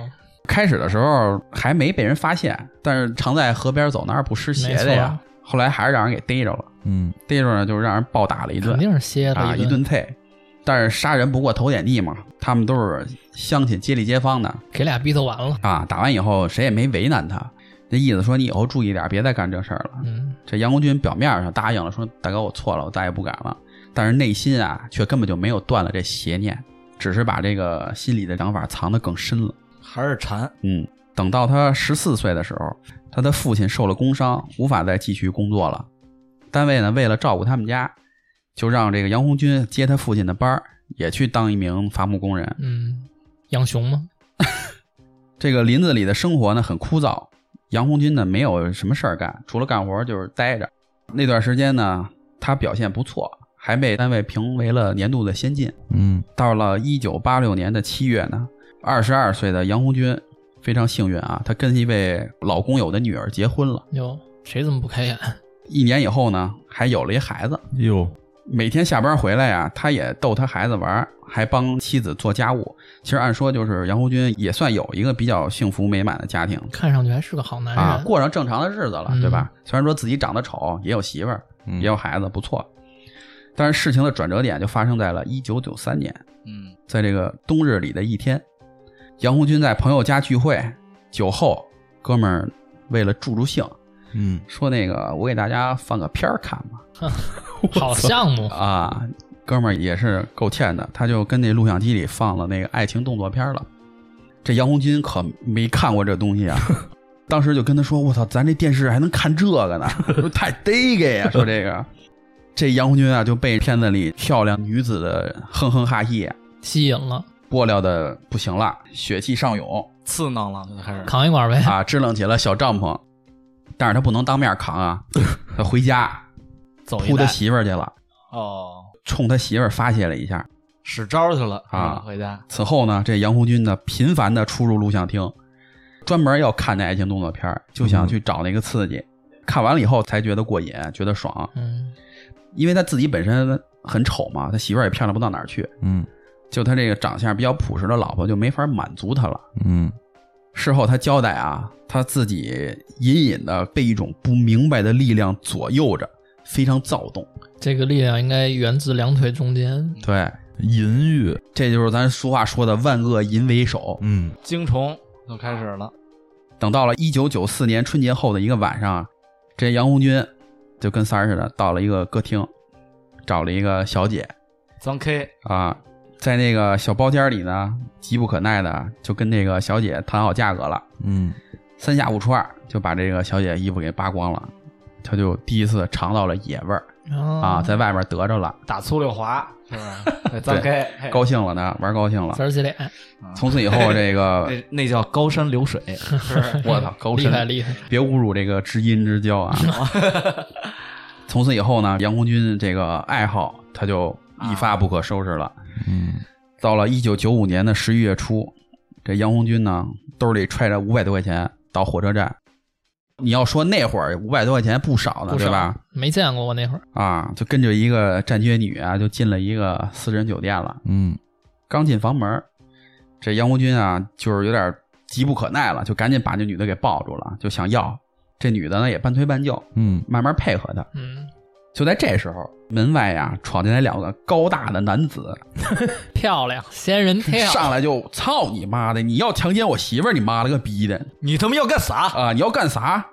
Speaker 2: 开始的时候还没被人发现，但是常在河边走，哪有不湿鞋的呀？后来还是让人给逮着了，
Speaker 5: 嗯，
Speaker 2: 逮着呢就让人暴打了一顿
Speaker 1: 肯，定是歇
Speaker 2: 啊
Speaker 1: 了
Speaker 2: 一顿菜。但是杀人不过头点地嘛，他们都是乡亲街里街坊的
Speaker 1: 给俩逼头完了。
Speaker 2: 啊。打完以后谁也没为难他，那意思说你以后注意点，别再干这事儿了。
Speaker 1: 嗯，
Speaker 2: 这杨国军表面上答应了，说大哥我错了，我再也不敢了，但是内心啊却根本就没有断了这邪念，只是把这个心里的想法藏得更深了。
Speaker 6: 还是馋，
Speaker 2: 嗯，等到他十四岁的时候，他的父亲受了工伤，无法再继续工作了。单位呢，为了照顾他们家，就让这个杨红军接他父亲的班儿，也去当一名伐木工人。
Speaker 1: 嗯，养熊吗？
Speaker 2: 这个林子里的生活呢，很枯燥。杨红军呢，没有什么事儿干，除了干活就是待着。那段时间呢，他表现不错，还被单位评为了年度的先进。
Speaker 5: 嗯，
Speaker 2: 到了一九八六年的七月呢，二十二岁的杨红军非常幸运啊，他跟一位老工友的女儿结婚了。
Speaker 1: 有谁这么不开眼？ *laughs*
Speaker 2: 一年以后呢，还有了一孩子。
Speaker 5: 哟，
Speaker 2: 每天下班回来呀、他也逗他孩子玩儿，还帮妻子做家务。其实按说就是杨红军也算有一个比较幸福美满的家庭
Speaker 1: 看上去还是个好男人
Speaker 2: 啊，过上正常的日子了，
Speaker 1: 嗯
Speaker 2: 对吧？虽然说自己长得丑，也有媳妇儿，
Speaker 5: 嗯
Speaker 2: 也有孩子，不错。但是事情的转折点就发生在了1993年。
Speaker 6: 嗯，
Speaker 2: 在这个冬日里的一天，杨红军在朋友家聚会，酒后，哥们儿为了助助兴，
Speaker 5: 嗯，
Speaker 2: 说那个我给大家放个片儿看吧。
Speaker 1: 好项目，
Speaker 2: 啊，哥们儿也是够欠的，他就跟那录像机里放了那个爱情动作片了。这杨红军可没看过这东
Speaker 6: *laughs*
Speaker 2: 西啊，当时就跟他说：“我操，咱这电视还能看这个呢，说太得给呀！”说这个，这杨红军啊就被片子里漂亮女子的哼哼哈嘿
Speaker 1: 吸引了，
Speaker 2: 拨撩的不行了，血气上涌
Speaker 6: 刺挠了，就开始
Speaker 1: 扛一管呗。
Speaker 6: *laughs*
Speaker 2: 啊，支棱起了小帐篷。但是他不能当面扛啊，他回家
Speaker 6: *laughs* 走一
Speaker 2: 扑他
Speaker 6: 带，
Speaker 2: 媳妇儿去了，
Speaker 6: 哦，
Speaker 2: 冲他媳妇儿发泄了一下。
Speaker 6: 使招去了
Speaker 2: 啊
Speaker 6: 回家
Speaker 2: 此后呢，这杨红军呢频繁的出入录像厅，专门要看那爱情动作片儿，就
Speaker 5: 嗯
Speaker 2: 想去找那个刺激。看完了以后才觉得过瘾，觉得爽，
Speaker 1: 嗯，
Speaker 2: 因为他自己本身很丑嘛，他媳妇儿也漂亮不到哪儿去，
Speaker 5: 嗯，
Speaker 2: 就他这个长相比较朴实的老婆就没法满足他了。
Speaker 5: 嗯，
Speaker 2: 事后他交代啊，他自己隐隐的被一种不明白的力量左右着，非常躁动。
Speaker 1: 这个力量应该源自两腿中间。
Speaker 2: 对，
Speaker 5: 淫欲，
Speaker 2: 这就是咱俗话说的“万恶淫为首”。
Speaker 5: 嗯，
Speaker 6: 精虫就开始了，
Speaker 2: 等到了一九九四年春节后的一个晚上啊，这杨红军就跟三儿似的到了一个歌厅，找了一个小姐
Speaker 6: 脏 K
Speaker 2: 啊，在那个小包间里呢，急不可耐的啊就跟那个小姐谈好价格了，
Speaker 5: 嗯，
Speaker 2: 三下五除二就把这个小姐衣服给扒光了，他就第一次尝到了野味儿啊，
Speaker 1: 啊，
Speaker 2: 在外面得着了，
Speaker 6: 打粗溜滑，是吧？哎脏 K 嘿
Speaker 2: 高兴了呢，玩高兴了
Speaker 1: 三。儿起脸，
Speaker 2: 从此以后，
Speaker 1: *laughs*
Speaker 2: 这个
Speaker 6: 那那叫高山流水，
Speaker 2: 我操，高
Speaker 1: 厉
Speaker 2: 深
Speaker 1: 害厉害。
Speaker 2: 别侮辱这个知音之交啊！从此以后呢，杨红军这个爱好他就一发不可收拾了。
Speaker 5: 嗯，
Speaker 2: 到了一九九五年的十一月初，这杨红军呢兜里揣着五百多块钱到火车站。你要说那会儿五百多块钱不少呢，
Speaker 1: 不
Speaker 2: 对
Speaker 1: 少
Speaker 2: 吧？
Speaker 1: 没见过我那会儿，
Speaker 2: 啊，就跟着一个站街女啊，就进了一个私人酒店了。
Speaker 5: 嗯，
Speaker 2: 刚进房门儿，这杨红军啊，就是有点急不可耐了，就赶紧把这女的给抱住了，就想要。这女的呢也半推半就，
Speaker 5: 嗯，
Speaker 2: 慢慢配合他。
Speaker 1: 嗯，
Speaker 2: 就在这时候，门外呀、闯进来两个高大的男子，
Speaker 1: 漂亮，仙人跳，
Speaker 2: 上来就操你妈的！你要强奸我媳妇儿，你妈了个逼的
Speaker 6: *laughs* 你他妈要干啥？
Speaker 2: 啊、你要干啥？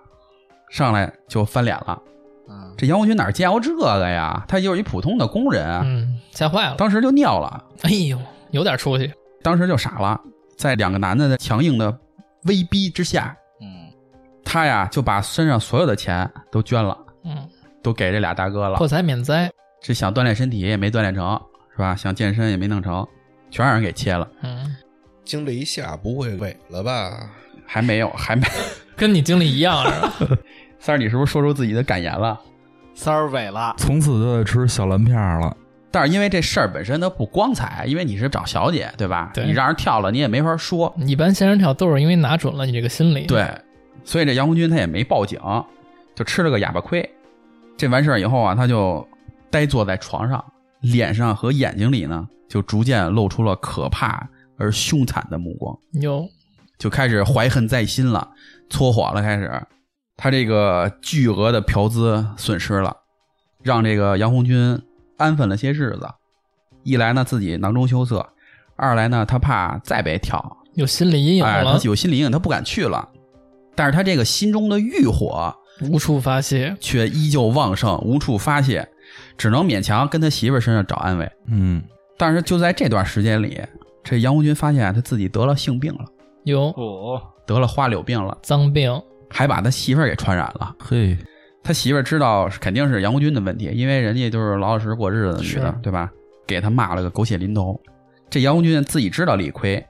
Speaker 2: 上来就翻脸了。
Speaker 6: 嗯，
Speaker 2: 这杨红军哪见过这个呀？他就是一普通的工人，啊
Speaker 1: 嗯，吓坏了，
Speaker 2: 当时就尿了，
Speaker 1: 哎呦，有点出息，
Speaker 2: 当时就傻了。在两个男的的强硬的威逼之下，
Speaker 6: 嗯，
Speaker 2: 他呀就把身上所有的钱都捐了，
Speaker 1: 嗯，
Speaker 2: 都给这俩大哥了
Speaker 1: 破。财免灾，
Speaker 2: 这想锻炼身体也没锻炼成，是吧？想健身也没弄成，全让人给切了。
Speaker 1: 嗯，
Speaker 3: 经历一下不会萎了吧？
Speaker 2: 还没有，还没。
Speaker 1: 跟你经历一样是吧？ *laughs*
Speaker 2: 三儿，你是不是说出自己的感言了？
Speaker 6: 三儿萎了，
Speaker 5: 从此就得吃小蓝片儿了，
Speaker 2: 但是因为这事儿本身它不光彩，因为你是找小姐，对吧？
Speaker 1: 对
Speaker 2: 你让人跳了，你也没法说。
Speaker 1: 一般仙人跳都是因为拿准了你这个心理，，
Speaker 2: 对，所以这杨红军他也没报警，就吃了个哑巴亏。这完事儿以后啊，他就呆坐在床上，脸上和眼睛里呢就逐渐露出了可怕而凶残的目光，
Speaker 1: 哟，
Speaker 2: 就开始怀恨在心了，搓火了，开始。他这个巨额的嫖资损失了，让这个杨红军安分了些日子。一来呢，自己囊中羞涩；二来呢，他怕再被挑，
Speaker 1: 有心理阴影
Speaker 2: 哎，
Speaker 1: 了
Speaker 2: 他，有心理阴影，他不敢去了。但是他这个心中的欲火
Speaker 1: 无处发泄。
Speaker 2: 却依旧旺盛，无处发泄，只能勉强跟他媳妇儿身上找安慰。
Speaker 5: 嗯，
Speaker 2: 但是就在这段时间里，这杨红军发现他自己得了性病了，
Speaker 1: 哟，
Speaker 6: 哦，
Speaker 2: 得了花柳病了，
Speaker 1: 脏病，
Speaker 2: 还把他媳妇儿给传染了。
Speaker 5: 嘿，
Speaker 2: 他媳妇儿知道肯定是杨国军的问题，因为人家就是老老实实过日子的女
Speaker 1: 是，
Speaker 2: 的对吧？给他骂了个狗血淋头。这杨国军自己知道理亏，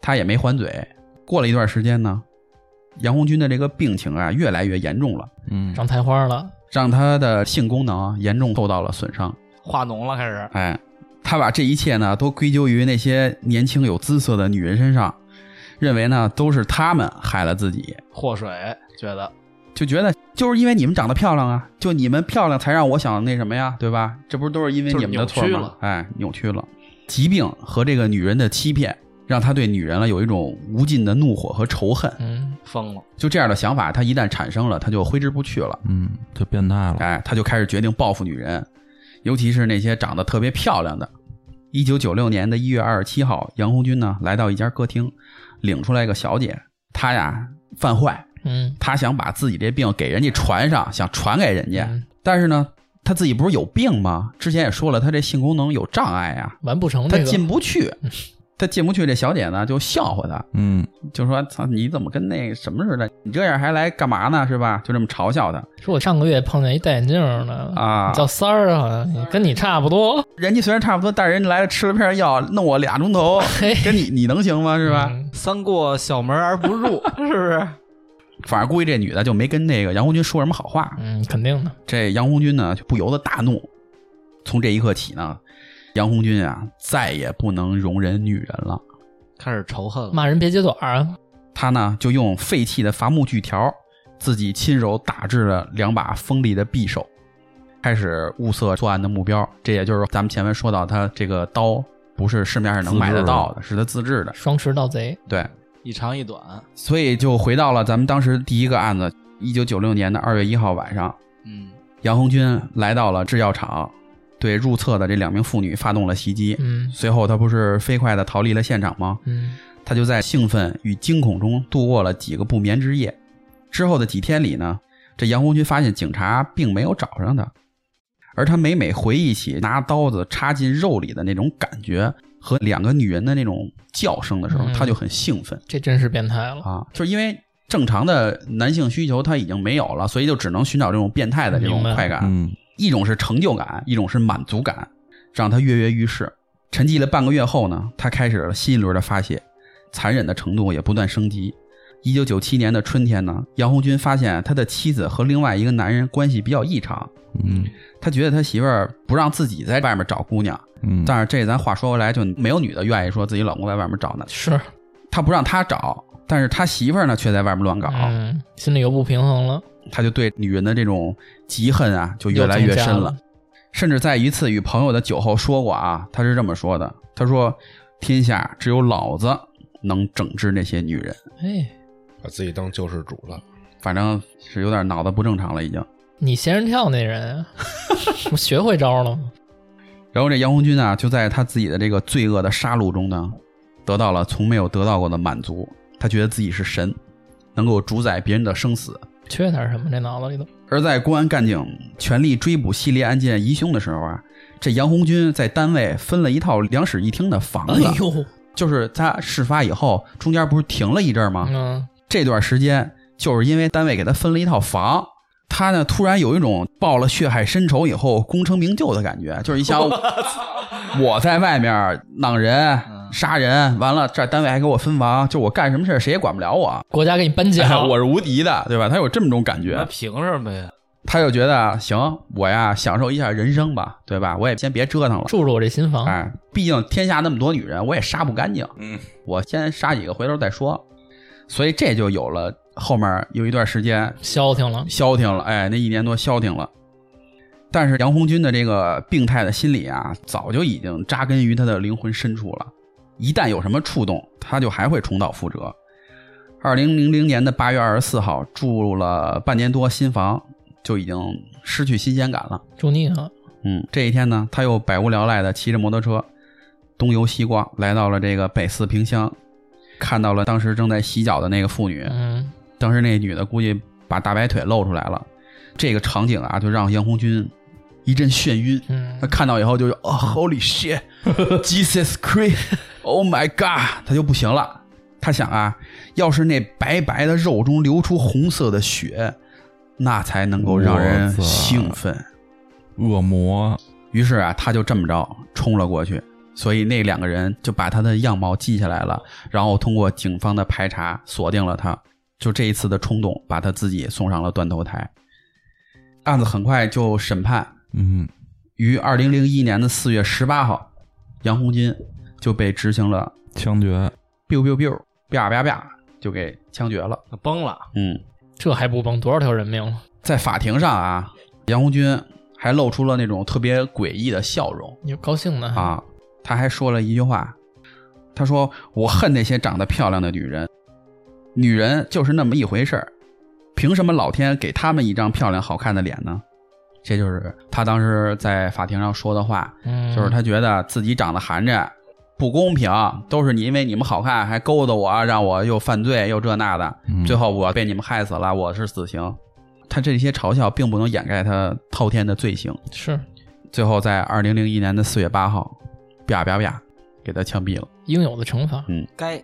Speaker 2: 他也没还嘴。过了一段时间呢，杨红军的这个病情啊越来越严重了，
Speaker 5: 嗯，
Speaker 1: 长菜花了，
Speaker 2: 让他的性功能啊严重受到了损伤。
Speaker 6: 化脓了，开始
Speaker 2: 哎，他把这一切呢都归咎于那些年轻有姿色的女人身上，认为呢都是他们害了自己，
Speaker 6: 祸水，觉得
Speaker 2: 就觉得就是因为你们长得漂亮啊，就你们漂亮才让我想那什么呀，对吧？这不都是因为你们的错
Speaker 6: 就是扭曲
Speaker 2: 吗
Speaker 6: 了？
Speaker 2: 哎，扭曲了。疾病和这个女人的欺骗，让他对女人了啊有一种无尽的怒火和仇恨。
Speaker 1: 嗯，
Speaker 6: 疯了，
Speaker 2: 就这样的想法，他一旦产生了，他就挥之不去了。
Speaker 5: 嗯，就变态了，
Speaker 2: 哎，他就开始决定报复女人，尤其是那些长得特别漂亮的。一九九六年的一月二十七号，杨红军呢来到一家歌厅，领出来一个小姐，她呀犯坏，
Speaker 1: 嗯，
Speaker 2: 他想把自己这病给人家传上，想传给人家，
Speaker 1: 嗯
Speaker 2: 但是呢，他自己不是有病吗？之前也说了，他这性功能有障碍啊，
Speaker 1: 完不成
Speaker 2: 他
Speaker 1: 这个
Speaker 2: 进不去
Speaker 1: 嗯，
Speaker 2: 他进不去。这小姐呢就笑话他，
Speaker 5: 嗯，
Speaker 2: 就说：“操，你怎么跟那什么似的？你这样还来干嘛呢？是吧？”就这么嘲笑他
Speaker 1: 说我上个月碰见一戴眼镜儿的，
Speaker 2: 啊。
Speaker 1: 嗯叫三儿，好像跟你差不多，
Speaker 2: 人家虽然差不多，但是人家来了吃了片药，弄我俩钟头，
Speaker 1: 嘿，
Speaker 2: 跟你你能行吗？是吧？
Speaker 1: 嗯
Speaker 6: 三过小门而不入，是不是？
Speaker 2: 反正估计这女的就没跟那个杨红军说什么好话。
Speaker 1: 嗯，肯定的，
Speaker 2: 这杨红军呢就不由得大怒。从这一刻起呢，杨红军啊再也不能容忍女人了。
Speaker 4: 开始仇恨了。
Speaker 1: 骂人别揭短儿啊，
Speaker 2: 他呢就用废弃的伐木锯条，自己亲手打制了两把锋利的匕首，开始物色作案的目标。这也就是咱们前面说到，他这个刀不是市面上能买得到的，是他自制的。
Speaker 1: 双持盗贼，
Speaker 2: 对，
Speaker 6: 一长一短，
Speaker 2: 所以就回到了咱们当时第一个案子，一九九六年的二月一号晚上，
Speaker 6: 嗯，
Speaker 2: 杨红军来到了制药厂，对入册的这两名妇女发动了袭击。
Speaker 1: 嗯
Speaker 2: 随后他不是飞快地逃离了现场吗？
Speaker 1: 嗯，
Speaker 2: 他就在兴奋与惊恐中度过了几个不眠之夜。之后的几天里呢，这杨红军发现警察并没有找上他，而他每每回忆起拿刀子插进肉里的那种感觉和两个女人的那种叫声的时候，
Speaker 1: 嗯
Speaker 2: 他就很兴奋
Speaker 1: 这真是变态了，
Speaker 2: 啊，就是因为。正常的男性需求他已经没有了，所以就只能寻找这种变态的这种
Speaker 1: 明白
Speaker 2: 快感。
Speaker 5: 嗯，
Speaker 2: 一种是成就感，一种是满足感，让他跃跃欲试。沉寂了半个月后呢，他开始了新一轮的发泄，残忍的程度也不断升级。一九九七年的春天呢，杨红军发现他的妻子和另外一个男人关系比较异常，
Speaker 5: 嗯，
Speaker 2: 他觉得他媳妇儿不让自己在外面找姑娘，
Speaker 5: 嗯，
Speaker 2: 但是这咱话说回来，就没有女的愿意说自己老公在外面找呢，
Speaker 1: 是，
Speaker 2: 他不让他找，但是他媳妇儿呢却在外面乱搞，
Speaker 1: 嗯，心里又不平衡了，
Speaker 2: 他就对女人的这种嫉恨啊，就越来越
Speaker 1: 又
Speaker 2: 深
Speaker 1: 增加
Speaker 2: 了
Speaker 1: 了。
Speaker 2: 甚至在一次与朋友的酒后说过啊，他是这么说的：“他说，天下只有老子能整治那些女人。
Speaker 1: 哎，
Speaker 3: 把自己当救世主了。”
Speaker 2: 反正是有点脑子不正常了已经。
Speaker 1: 你仙人跳那人
Speaker 2: *laughs*
Speaker 1: 啊，我学会招了吗？
Speaker 2: 然后这杨红军啊，就在他自己的这个罪恶的杀戮中呢，得到了从没有得到过的满足。他觉得自己是神，能够主宰别人的生死。
Speaker 1: 缺点什么？这脑子里
Speaker 2: *laughs*
Speaker 1: 头，
Speaker 2: 而在公安干警全力追捕系列案件疑凶的时候啊，这杨红军在单位分了一套两室一厅的房
Speaker 1: *laughs*
Speaker 2: 子，
Speaker 1: 呦，
Speaker 2: 就是他事发以后，中间不是停了一阵儿吗？
Speaker 1: 嗯，
Speaker 2: 这段时间就是因为单位给他分了一套房，他呢突然有一种报了血海深仇以后功成名就的感觉，就是一想我在外面弄人、杀人，完了这单位还给我分房，就我干什么事儿谁也管不了我，
Speaker 1: 国家给你颁
Speaker 2: 哎
Speaker 1: 奖，
Speaker 2: 我是无敌的，对吧？他有这么种感觉，
Speaker 6: 凭什么呀？
Speaker 2: 他就觉得行，我呀享受一下人生吧，对吧？我也先别折腾了。
Speaker 1: 住着我这新房，
Speaker 2: 哎，毕竟天下那么多女人，我也杀不干净。嗯，我先杀几个，回头再说。所以这就有了后面有一段时间
Speaker 1: 消停了，
Speaker 2: 消停了，哎，那一年多消停了。但是杨红军的这个病态的心理啊，早就已经扎根于他的灵魂深处了。一旦有什么触动，他就还会重蹈覆辙。二零零零年的八月二十四号，住了半年多新房，就已经失去新鲜感了。
Speaker 1: 住腻了，
Speaker 2: 嗯，这一天呢，他又百无聊赖的骑着摩托车东游西逛，来到了这个北四萍乡，看到了当时正在洗脚的那个妇女。
Speaker 1: 嗯，
Speaker 2: 当时那女的估计把大白腿露出来了，这个场景啊，就让杨红军一阵眩晕。
Speaker 1: 嗯
Speaker 2: 他看到以后就是哦，Holy shit，Jesus Christ，Oh Oh my God，他就不行了。他想啊，要是那白白的肉中流出红色的血，那才能够让人
Speaker 5: 我操
Speaker 2: 兴奋。
Speaker 5: 恶魔，
Speaker 2: 于是啊，他就这么着冲了过去，所以那两个人就把他的样貌记下来了，然后通过警方的排查锁定了他。就这一次的冲动，把他自己送上了断头台。案子很快就审判，
Speaker 5: 嗯，
Speaker 2: 于二零零一年的四月十八号，杨红金就被执行了
Speaker 5: 枪决，
Speaker 2: biu biu biu biu biu biu 就给枪决了。
Speaker 6: 崩了，
Speaker 2: 嗯，
Speaker 1: 这还不崩多少条人命了？
Speaker 2: 在法庭上啊，杨红军还露出了那种特别诡异的笑容。
Speaker 1: 你高兴呢？
Speaker 2: 啊，他还说了一句话，他说：“我恨那些长得漂亮的女人，女人就是那么一回事儿，凭什么老天给她们一张漂亮好看的脸呢？”这就是他当时在法庭上说的话，
Speaker 1: 嗯，
Speaker 2: 就是他觉得自己长得寒碜，不公平，都是你因为你们好看还勾搭我，让我又犯罪又这那的，
Speaker 5: 嗯 *laughs*
Speaker 2: 最后我被你们害死了，我是死刑。他这些嘲笑并不能掩盖他滔天的罪行。
Speaker 1: 是
Speaker 2: 最后在二零零一年的四月八号，啪啪啪，给他枪毙了。
Speaker 1: 应有的惩罚。
Speaker 4: 该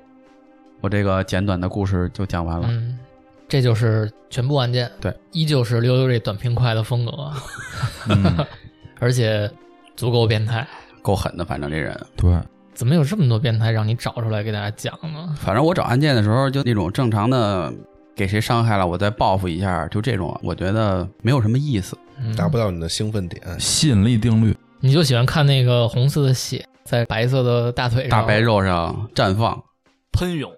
Speaker 2: 我这个简短的故事就讲完了。
Speaker 1: 嗯，这就是全部案件。
Speaker 2: 对，
Speaker 1: 依旧是溜溜这短平快的风格，
Speaker 5: 嗯，
Speaker 1: 而且足够变态。
Speaker 2: 够狠的，反正这人，
Speaker 5: 对，
Speaker 1: 怎么有这么多变态让你找出来给大家讲呢？
Speaker 2: 反正我找案件的时候，就那种正常的，给谁伤害了，我再报复一下，就这种，我觉得没有什么意思。
Speaker 1: 嗯、
Speaker 3: 达不到你的兴奋点。
Speaker 5: 吸引力定律，
Speaker 1: 你就喜欢看那个红色的血在白色的大腿上，
Speaker 2: 大白肉上绽放，
Speaker 6: 喷涌，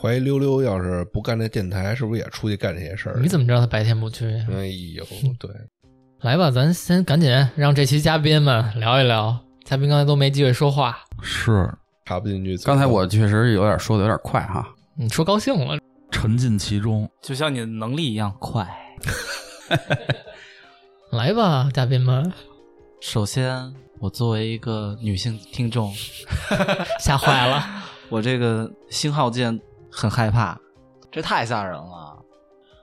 Speaker 3: 怀疑溜溜要是不干这电台，是不是也出去干这些事儿
Speaker 1: 你？怎么知道他白天不去？
Speaker 3: 哎呦，对，
Speaker 1: 来吧，咱先赶紧让这期嘉宾们聊一聊。嘉宾刚才都没机会说话，
Speaker 5: 是
Speaker 3: 插不进去嘴。
Speaker 2: 刚才我确实有点说的有点快哈，
Speaker 1: 你说高兴了，
Speaker 5: 沉浸其中，
Speaker 6: 就像你的能力一样。
Speaker 4: 快。
Speaker 1: 来吧，嘉宾们，
Speaker 4: 首先，我作为一个女性听众，
Speaker 1: 吓坏了。
Speaker 4: 我这个星号键很害怕，
Speaker 6: 这太吓人了。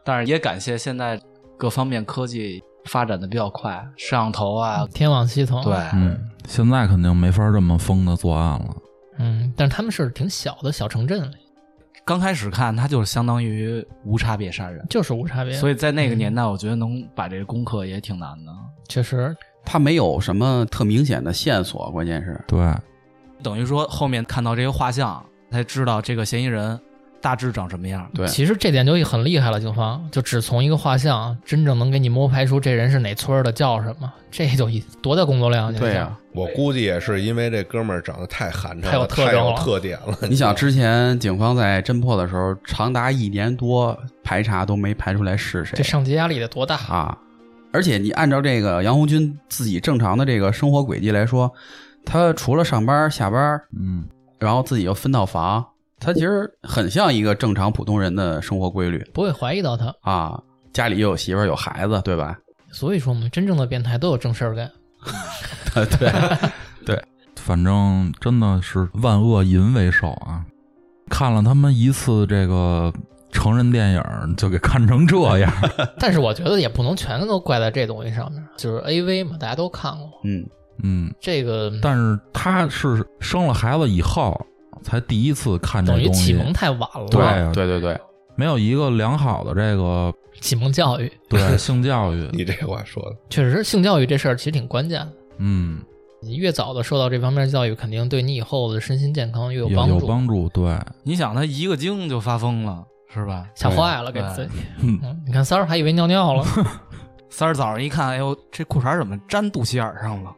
Speaker 6: 但是也感谢现在各方面科技发展的比较快，摄像头啊，
Speaker 1: *laughs* 天网系统，
Speaker 6: 对，，
Speaker 5: 嗯，现在肯定没法这么疯的作案了，
Speaker 1: 嗯，但是他们是挺小的小城镇里，
Speaker 4: 刚开始看它就是相当于无差别杀人，
Speaker 1: 就是无差别，
Speaker 4: 所
Speaker 1: 以
Speaker 4: 以在那个年代，我觉得能把这个攻克也挺难的。
Speaker 1: 确实
Speaker 2: 他没有什么特明显的线索，关键是
Speaker 5: 对，
Speaker 4: 等于说后面看到这个画像，才知道这个嫌疑人大致长什么样。
Speaker 2: 对
Speaker 1: 其实这点就已很厉害了，警方就只从一个画像，真正能给你摸排出这人是哪村儿的，叫什么，这就已多大工作量？你
Speaker 2: 对啊呀、
Speaker 1: 想
Speaker 3: 我估计也是因为这哥们儿长得太寒碜了，
Speaker 1: 太有特
Speaker 3: 太
Speaker 1: 征
Speaker 3: 有
Speaker 1: 了
Speaker 3: 特点了。 *laughs*
Speaker 2: 你想，之前警方在侦破的时候，长达一年多排查都没排出来是谁
Speaker 1: 这，上级压力得多大？
Speaker 2: 啊。而且你按照这个杨红军自己正常的这个生活轨迹来说，他除了上班、下班，
Speaker 5: 嗯，
Speaker 2: 然后自己又分套房，他其实很像一个正常普通人的生活规律
Speaker 1: 不会怀疑到他，
Speaker 2: 啊。家里又有媳妇儿有孩子，对吧？
Speaker 1: 所以说嘛，真正的变态都有正事儿干。
Speaker 2: 对，
Speaker 5: 反正真的是万恶淫为首啊！看了他们一次这个成人电影，就给看成这样，
Speaker 1: 但是我觉得也不能全都怪在这东西上面，就是 A V 嘛，大家都看过
Speaker 2: 嗯，
Speaker 5: 嗯，
Speaker 1: 这个，
Speaker 5: 但是他是生了孩子以后才第一次看这
Speaker 1: 等于
Speaker 5: 东
Speaker 1: 启
Speaker 5: 西，
Speaker 1: 蒙太晚了，
Speaker 5: 对啊
Speaker 2: 对对对，
Speaker 5: 没有一个良好的这 *laughs* 个
Speaker 1: 启蒙教育
Speaker 5: 对性教育，
Speaker 3: 你这话说的，
Speaker 1: 确实性教育这事儿其实挺关键的。
Speaker 5: 嗯，
Speaker 1: 你越早的受到这方面的教育，肯定对你以后的身心健康越有
Speaker 5: 有
Speaker 1: 帮
Speaker 5: 有
Speaker 1: 助。
Speaker 5: 帮助，对，
Speaker 4: 你想，他一个精就发疯了，是吧？
Speaker 1: 吓坏了，给
Speaker 4: 对
Speaker 1: 自己。
Speaker 5: 嗯
Speaker 1: 嗯你看三儿还以为尿尿了，
Speaker 4: 三儿早上一看，哎呦，这裤衩怎么粘肚脐眼儿上了？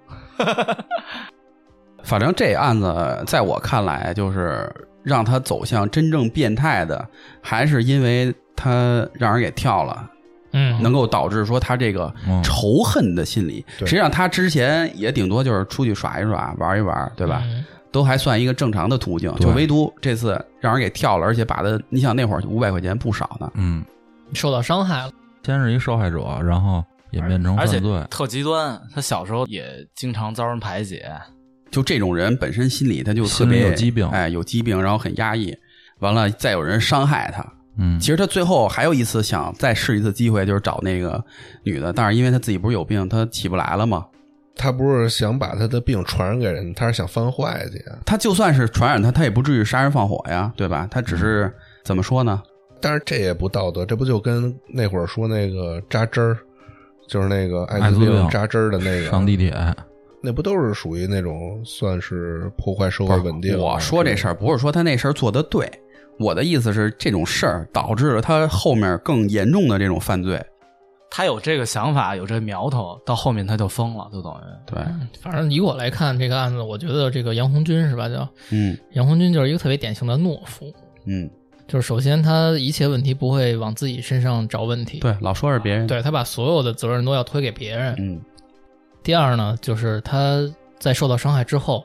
Speaker 2: 反正这案子在我看来，就是让他走向真正变态的，还是因为他让人给跳了，
Speaker 1: 嗯，
Speaker 2: 能够导致说他这个
Speaker 5: 嗯
Speaker 2: 仇恨的心理。
Speaker 3: 对
Speaker 2: 实际上，他之前也顶多就是出去耍一耍、玩一玩，对吧？
Speaker 1: 嗯
Speaker 2: 都还算一个正常的途径，
Speaker 5: 对
Speaker 2: 就唯独这次让人给跳了，而且把他，你想那会儿五百块钱不少呢，
Speaker 5: 嗯，
Speaker 1: 受到伤害了，
Speaker 5: 先是一受害者，然后演变成
Speaker 6: 而
Speaker 5: 犯
Speaker 6: 且
Speaker 2: 哎
Speaker 5: 罪，
Speaker 6: 特极端，他小时候也经常遭人排挤，
Speaker 2: 就这种人本身心里他就特别
Speaker 5: 心里有疾病
Speaker 2: 哎，有疾病，然后很压抑，完了再有人伤害他。
Speaker 5: 嗯，
Speaker 2: 其实他最后还有一次想再试一次机会，就是找那个女的，但是因为他自己不是有病，他起不来了嘛。
Speaker 3: 他不是想把他的病传染给人，他是想犯坏去啊。
Speaker 2: 他就算是传染他，他也不至于杀人放火呀，对吧？他只
Speaker 5: 嗯
Speaker 2: 是怎么说呢？
Speaker 3: 但是这也不道德，这不就跟那会儿说那个扎针儿，就是那个艾
Speaker 5: 艾
Speaker 3: 滋
Speaker 5: 滋
Speaker 3: 病
Speaker 5: 病
Speaker 3: 扎针儿的那个，
Speaker 5: 上地铁，
Speaker 3: 那不都是属于那种算是破坏社会稳定？啊
Speaker 2: 我说这事
Speaker 3: 儿，
Speaker 2: 儿不是说他那事儿做的对，我的意思是这种事儿导致了他后面更严重的这种犯罪。
Speaker 6: 他有这个想法，有这苗头，到后面他就疯了，就等于
Speaker 2: 对，
Speaker 3: 嗯
Speaker 1: 反正以我来看这个案子，我觉得这个杨红军是吧？叫
Speaker 2: 嗯
Speaker 1: 杨红军就是一个特别典型的懦夫，
Speaker 2: 嗯，
Speaker 1: 就是首先他一切问题不会往自己身上找问题，
Speaker 2: 对，老说是别人，，
Speaker 1: 对他把所有的责任都要推给别人，
Speaker 2: 嗯
Speaker 1: 第二呢，就是他在受到伤害之后，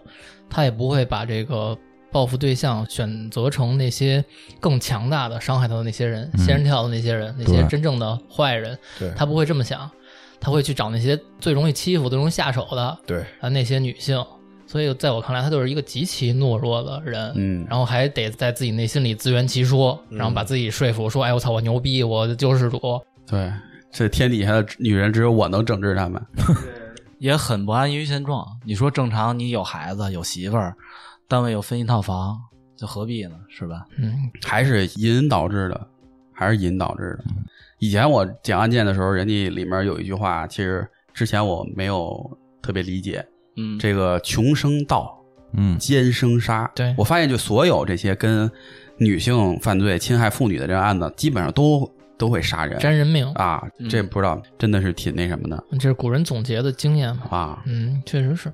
Speaker 1: 他也不会把这个报复对象选择成那些更强大的伤害他的那些人、
Speaker 5: 嗯
Speaker 1: 仙人跳的那些人、那些
Speaker 5: 对
Speaker 1: 真正的坏人，
Speaker 3: 对
Speaker 1: 他不会这么想，他会去找那些最容易欺负、最容易下手的
Speaker 3: 对，
Speaker 1: 啊那些女性。所以在我看来，他就是一个极其懦弱的人，
Speaker 2: 嗯
Speaker 1: 然后还得在自己内心里自圆其说，
Speaker 3: 嗯
Speaker 1: 然后把自己说服，说：“哎，我操，我牛逼，我救世主。
Speaker 2: 对，这天底下的女人只有我能整治她们。
Speaker 6: 也很不安于现状。你说正常，你有孩子，有媳妇儿，单位又分一套房，就何必呢？是吧？”
Speaker 1: 嗯，
Speaker 2: 还是引导致的，还是引导致的。
Speaker 3: 嗯
Speaker 2: 以前我讲案件的时候，人家里面有一句话，其实之前我没有特别理解，
Speaker 6: 嗯，
Speaker 2: 这个穷生盗，
Speaker 5: 嗯，
Speaker 2: 奸生杀。
Speaker 1: 对
Speaker 2: 我发现，就所有这些跟女性犯罪、侵害妇女的这个案子，基本上都都会杀人
Speaker 1: 沾人命，
Speaker 2: 啊，
Speaker 5: 嗯
Speaker 2: 这不知道真的是挺那什么的
Speaker 1: 这是古人总结的经验嘛。
Speaker 2: 啊。
Speaker 1: 嗯，确实是。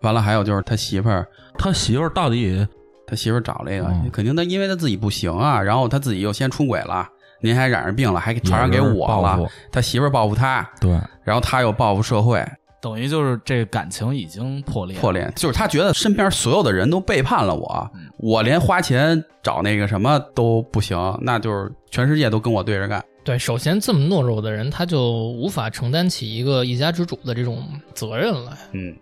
Speaker 2: 完了，还有就是他媳妇儿，
Speaker 5: 他媳妇儿到底
Speaker 2: 他媳妇儿找这个，
Speaker 5: 嗯
Speaker 2: 肯定他因为他自己不行啊，然后他自己又先出轨了，您还染上病了，还
Speaker 5: 也
Speaker 2: 传染给
Speaker 5: 是
Speaker 2: 我
Speaker 5: 报
Speaker 2: 了，
Speaker 5: 复，
Speaker 2: 他媳妇儿报复他，
Speaker 5: 对，
Speaker 2: 然后他又报复社会，
Speaker 6: 等于就是这感情已经破裂了，
Speaker 2: 破裂，就是他觉得身边所有的人都背叛了我，
Speaker 5: 嗯
Speaker 2: 我连花钱找那个什么都不行，那就是全世界都跟我对着干。
Speaker 1: 对，首先这么懦弱的人，他就无法承担起一个一家之主的这种责任来。
Speaker 2: 嗯，